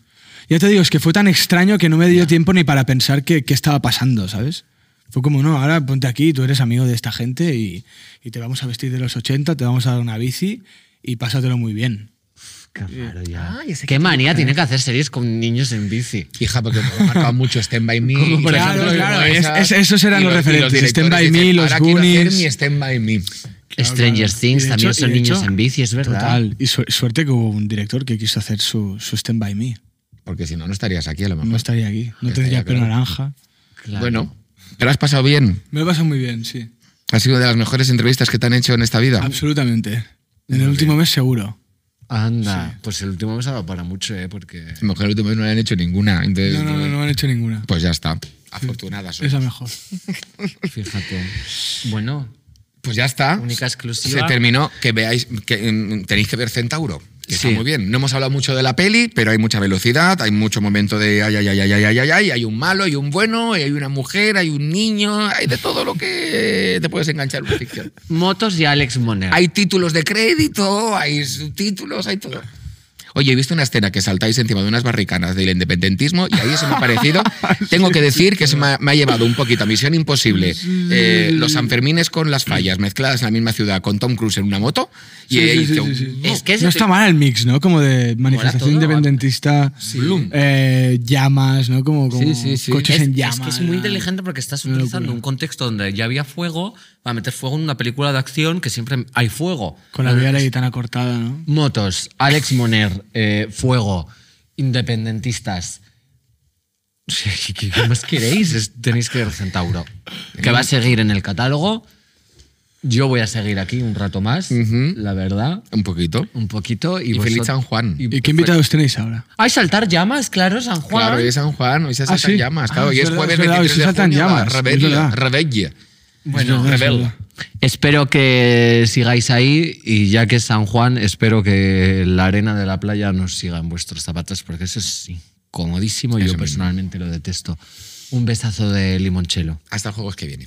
Speaker 3: Ya te digo, es que fue tan extraño que no me dio tiempo ni para pensar qué, qué estaba pasando, ¿sabes? Fue como, no, ahora ponte aquí, tú eres amigo de esta gente y, y te vamos a vestir de los 80, te vamos a dar una bici y pásatelo muy bien.
Speaker 1: Qué raro ya.
Speaker 2: Ah, ya sé
Speaker 1: Qué manía tiene que hacer series con niños en bici.
Speaker 2: Hija, porque me ha marcado mucho Stand By Me.
Speaker 1: Como por
Speaker 2: Claro,
Speaker 1: ejemplo,
Speaker 2: claro,
Speaker 3: es-
Speaker 2: esas-
Speaker 3: es- esos eran
Speaker 2: y
Speaker 3: los referentes,
Speaker 2: directores
Speaker 3: Stand By
Speaker 2: dicen,
Speaker 3: Me, los
Speaker 2: "Ahora quiero hacer
Speaker 3: Goonies".
Speaker 2: mi Stand By Me.
Speaker 1: Stranger
Speaker 3: claro.
Speaker 1: Things
Speaker 3: Y de
Speaker 1: también
Speaker 3: hecho-
Speaker 1: son
Speaker 3: y de
Speaker 1: niños
Speaker 3: hecho-
Speaker 1: en bici, es verdad.
Speaker 3: Total. Y su- suerte que hubo un director que quiso hacer su, su Stand By Me.
Speaker 2: Porque si no, no estarías aquí a lo mejor.
Speaker 3: No estaría aquí, no
Speaker 2: Estaría
Speaker 3: tendría pelo
Speaker 2: claro.
Speaker 3: naranja.
Speaker 1: Claro.
Speaker 2: Bueno, ¿te lo has pasado bien?
Speaker 3: Me lo he pasado muy bien, sí.
Speaker 2: ¿Ha sido de las mejores entrevistas que te han hecho en esta vida?
Speaker 3: Absolutamente. En el último mes seguro.
Speaker 1: Anda, pues el último me ha dado para mucho, ¿eh? Porque.
Speaker 2: A lo mejor el último no le han hecho ninguna. Entonces,
Speaker 3: No, no, no, no han hecho ninguna.
Speaker 2: Pues ya está. Afortunadas. somos.
Speaker 3: Es la mejor.
Speaker 1: Fíjate. Bueno,
Speaker 2: Pues ya está.
Speaker 1: Única exclusiva.
Speaker 2: Se terminó. Que veáis, que mm, tenéis que ver Centauro.
Speaker 1: Sí.
Speaker 2: Que está muy bien. No hemos hablado mucho de la peli, pero hay mucha velocidad, hay mucho momento de ay, ay, ay, ay, ay, ay, ay, ay, hay un malo, hay un bueno, hay una mujer, hay un niño, hay de todo lo que te puedes enganchar en una ficción.
Speaker 1: Motos y Alex Moner.
Speaker 2: Hay títulos de crédito, hay subtítulos, hay todo. Oye, he visto una escena que saltáis encima de unas barricanas del independentismo y ahí eso me ha parecido. Tengo que decir que eso me ha, me ha llevado un poquito a Misión Imposible. Eh, los Sanfermines con las fallas mezcladas en la misma ciudad con Tom Cruise en una moto. Y
Speaker 3: Sí, sí,
Speaker 2: ahí
Speaker 3: sí,
Speaker 2: yo-
Speaker 3: sí, sí.
Speaker 1: Es que ese
Speaker 3: no
Speaker 1: te-
Speaker 3: está mal el mix, ¿no? Como de manifestación
Speaker 1: todo.
Speaker 3: independentista,
Speaker 2: Bloom.
Speaker 3: eh, llamas, ¿no? Como, como
Speaker 2: Sí, sí, sí.
Speaker 3: coches
Speaker 1: es,
Speaker 3: en llamas.
Speaker 1: es que es muy inteligente porque estás
Speaker 3: Una
Speaker 1: utilizando
Speaker 3: locura.
Speaker 1: un contexto donde ya había fuego para meter fuego en una película de acción que siempre hay fuego.
Speaker 3: Con la vida de la guitarra cortada,
Speaker 1: Mm,
Speaker 3: ¿no?
Speaker 1: Motos, Alex Moner, eh, fuego, independentistas. ¿Qué- ¿Qué qué más queréis? Es- Tenéis que ver Centauro. Que va a seguir en el catálogo. Yo voy a seguir aquí un rato más, la verdad.
Speaker 2: Un poquito.
Speaker 1: Un poquito. Y,
Speaker 2: Y feliz
Speaker 1: vosot-
Speaker 2: San Juan.
Speaker 1: y-
Speaker 3: ¿Y qué invitados tenéis ahora?
Speaker 1: ¡Ay, saltar llamas! Claro, San Juan.
Speaker 2: Claro, hoy es San Juan, hoy se saltan
Speaker 3: sí.
Speaker 2: llamas. Claro,
Speaker 3: Ah,
Speaker 2: y
Speaker 3: es
Speaker 2: es
Speaker 3: verdad,
Speaker 2: jueves
Speaker 3: es verdad, hoy
Speaker 2: 23
Speaker 3: se
Speaker 2: de
Speaker 3: saltan
Speaker 2: junio,
Speaker 3: llamas, es
Speaker 2: Rebelia,
Speaker 3: verdad.
Speaker 2: Rebelia.
Speaker 3: Bueno,
Speaker 2: rebelde.
Speaker 1: Espero que sigáis ahí y ya que es San Juan, espero que la arena de la playa nos siga en vuestros zapatos porque eso es incomodísimo y yo
Speaker 2: mismo.
Speaker 1: personalmente lo detesto. Un besazo de limonchelo.
Speaker 2: Hasta el jueves que viene.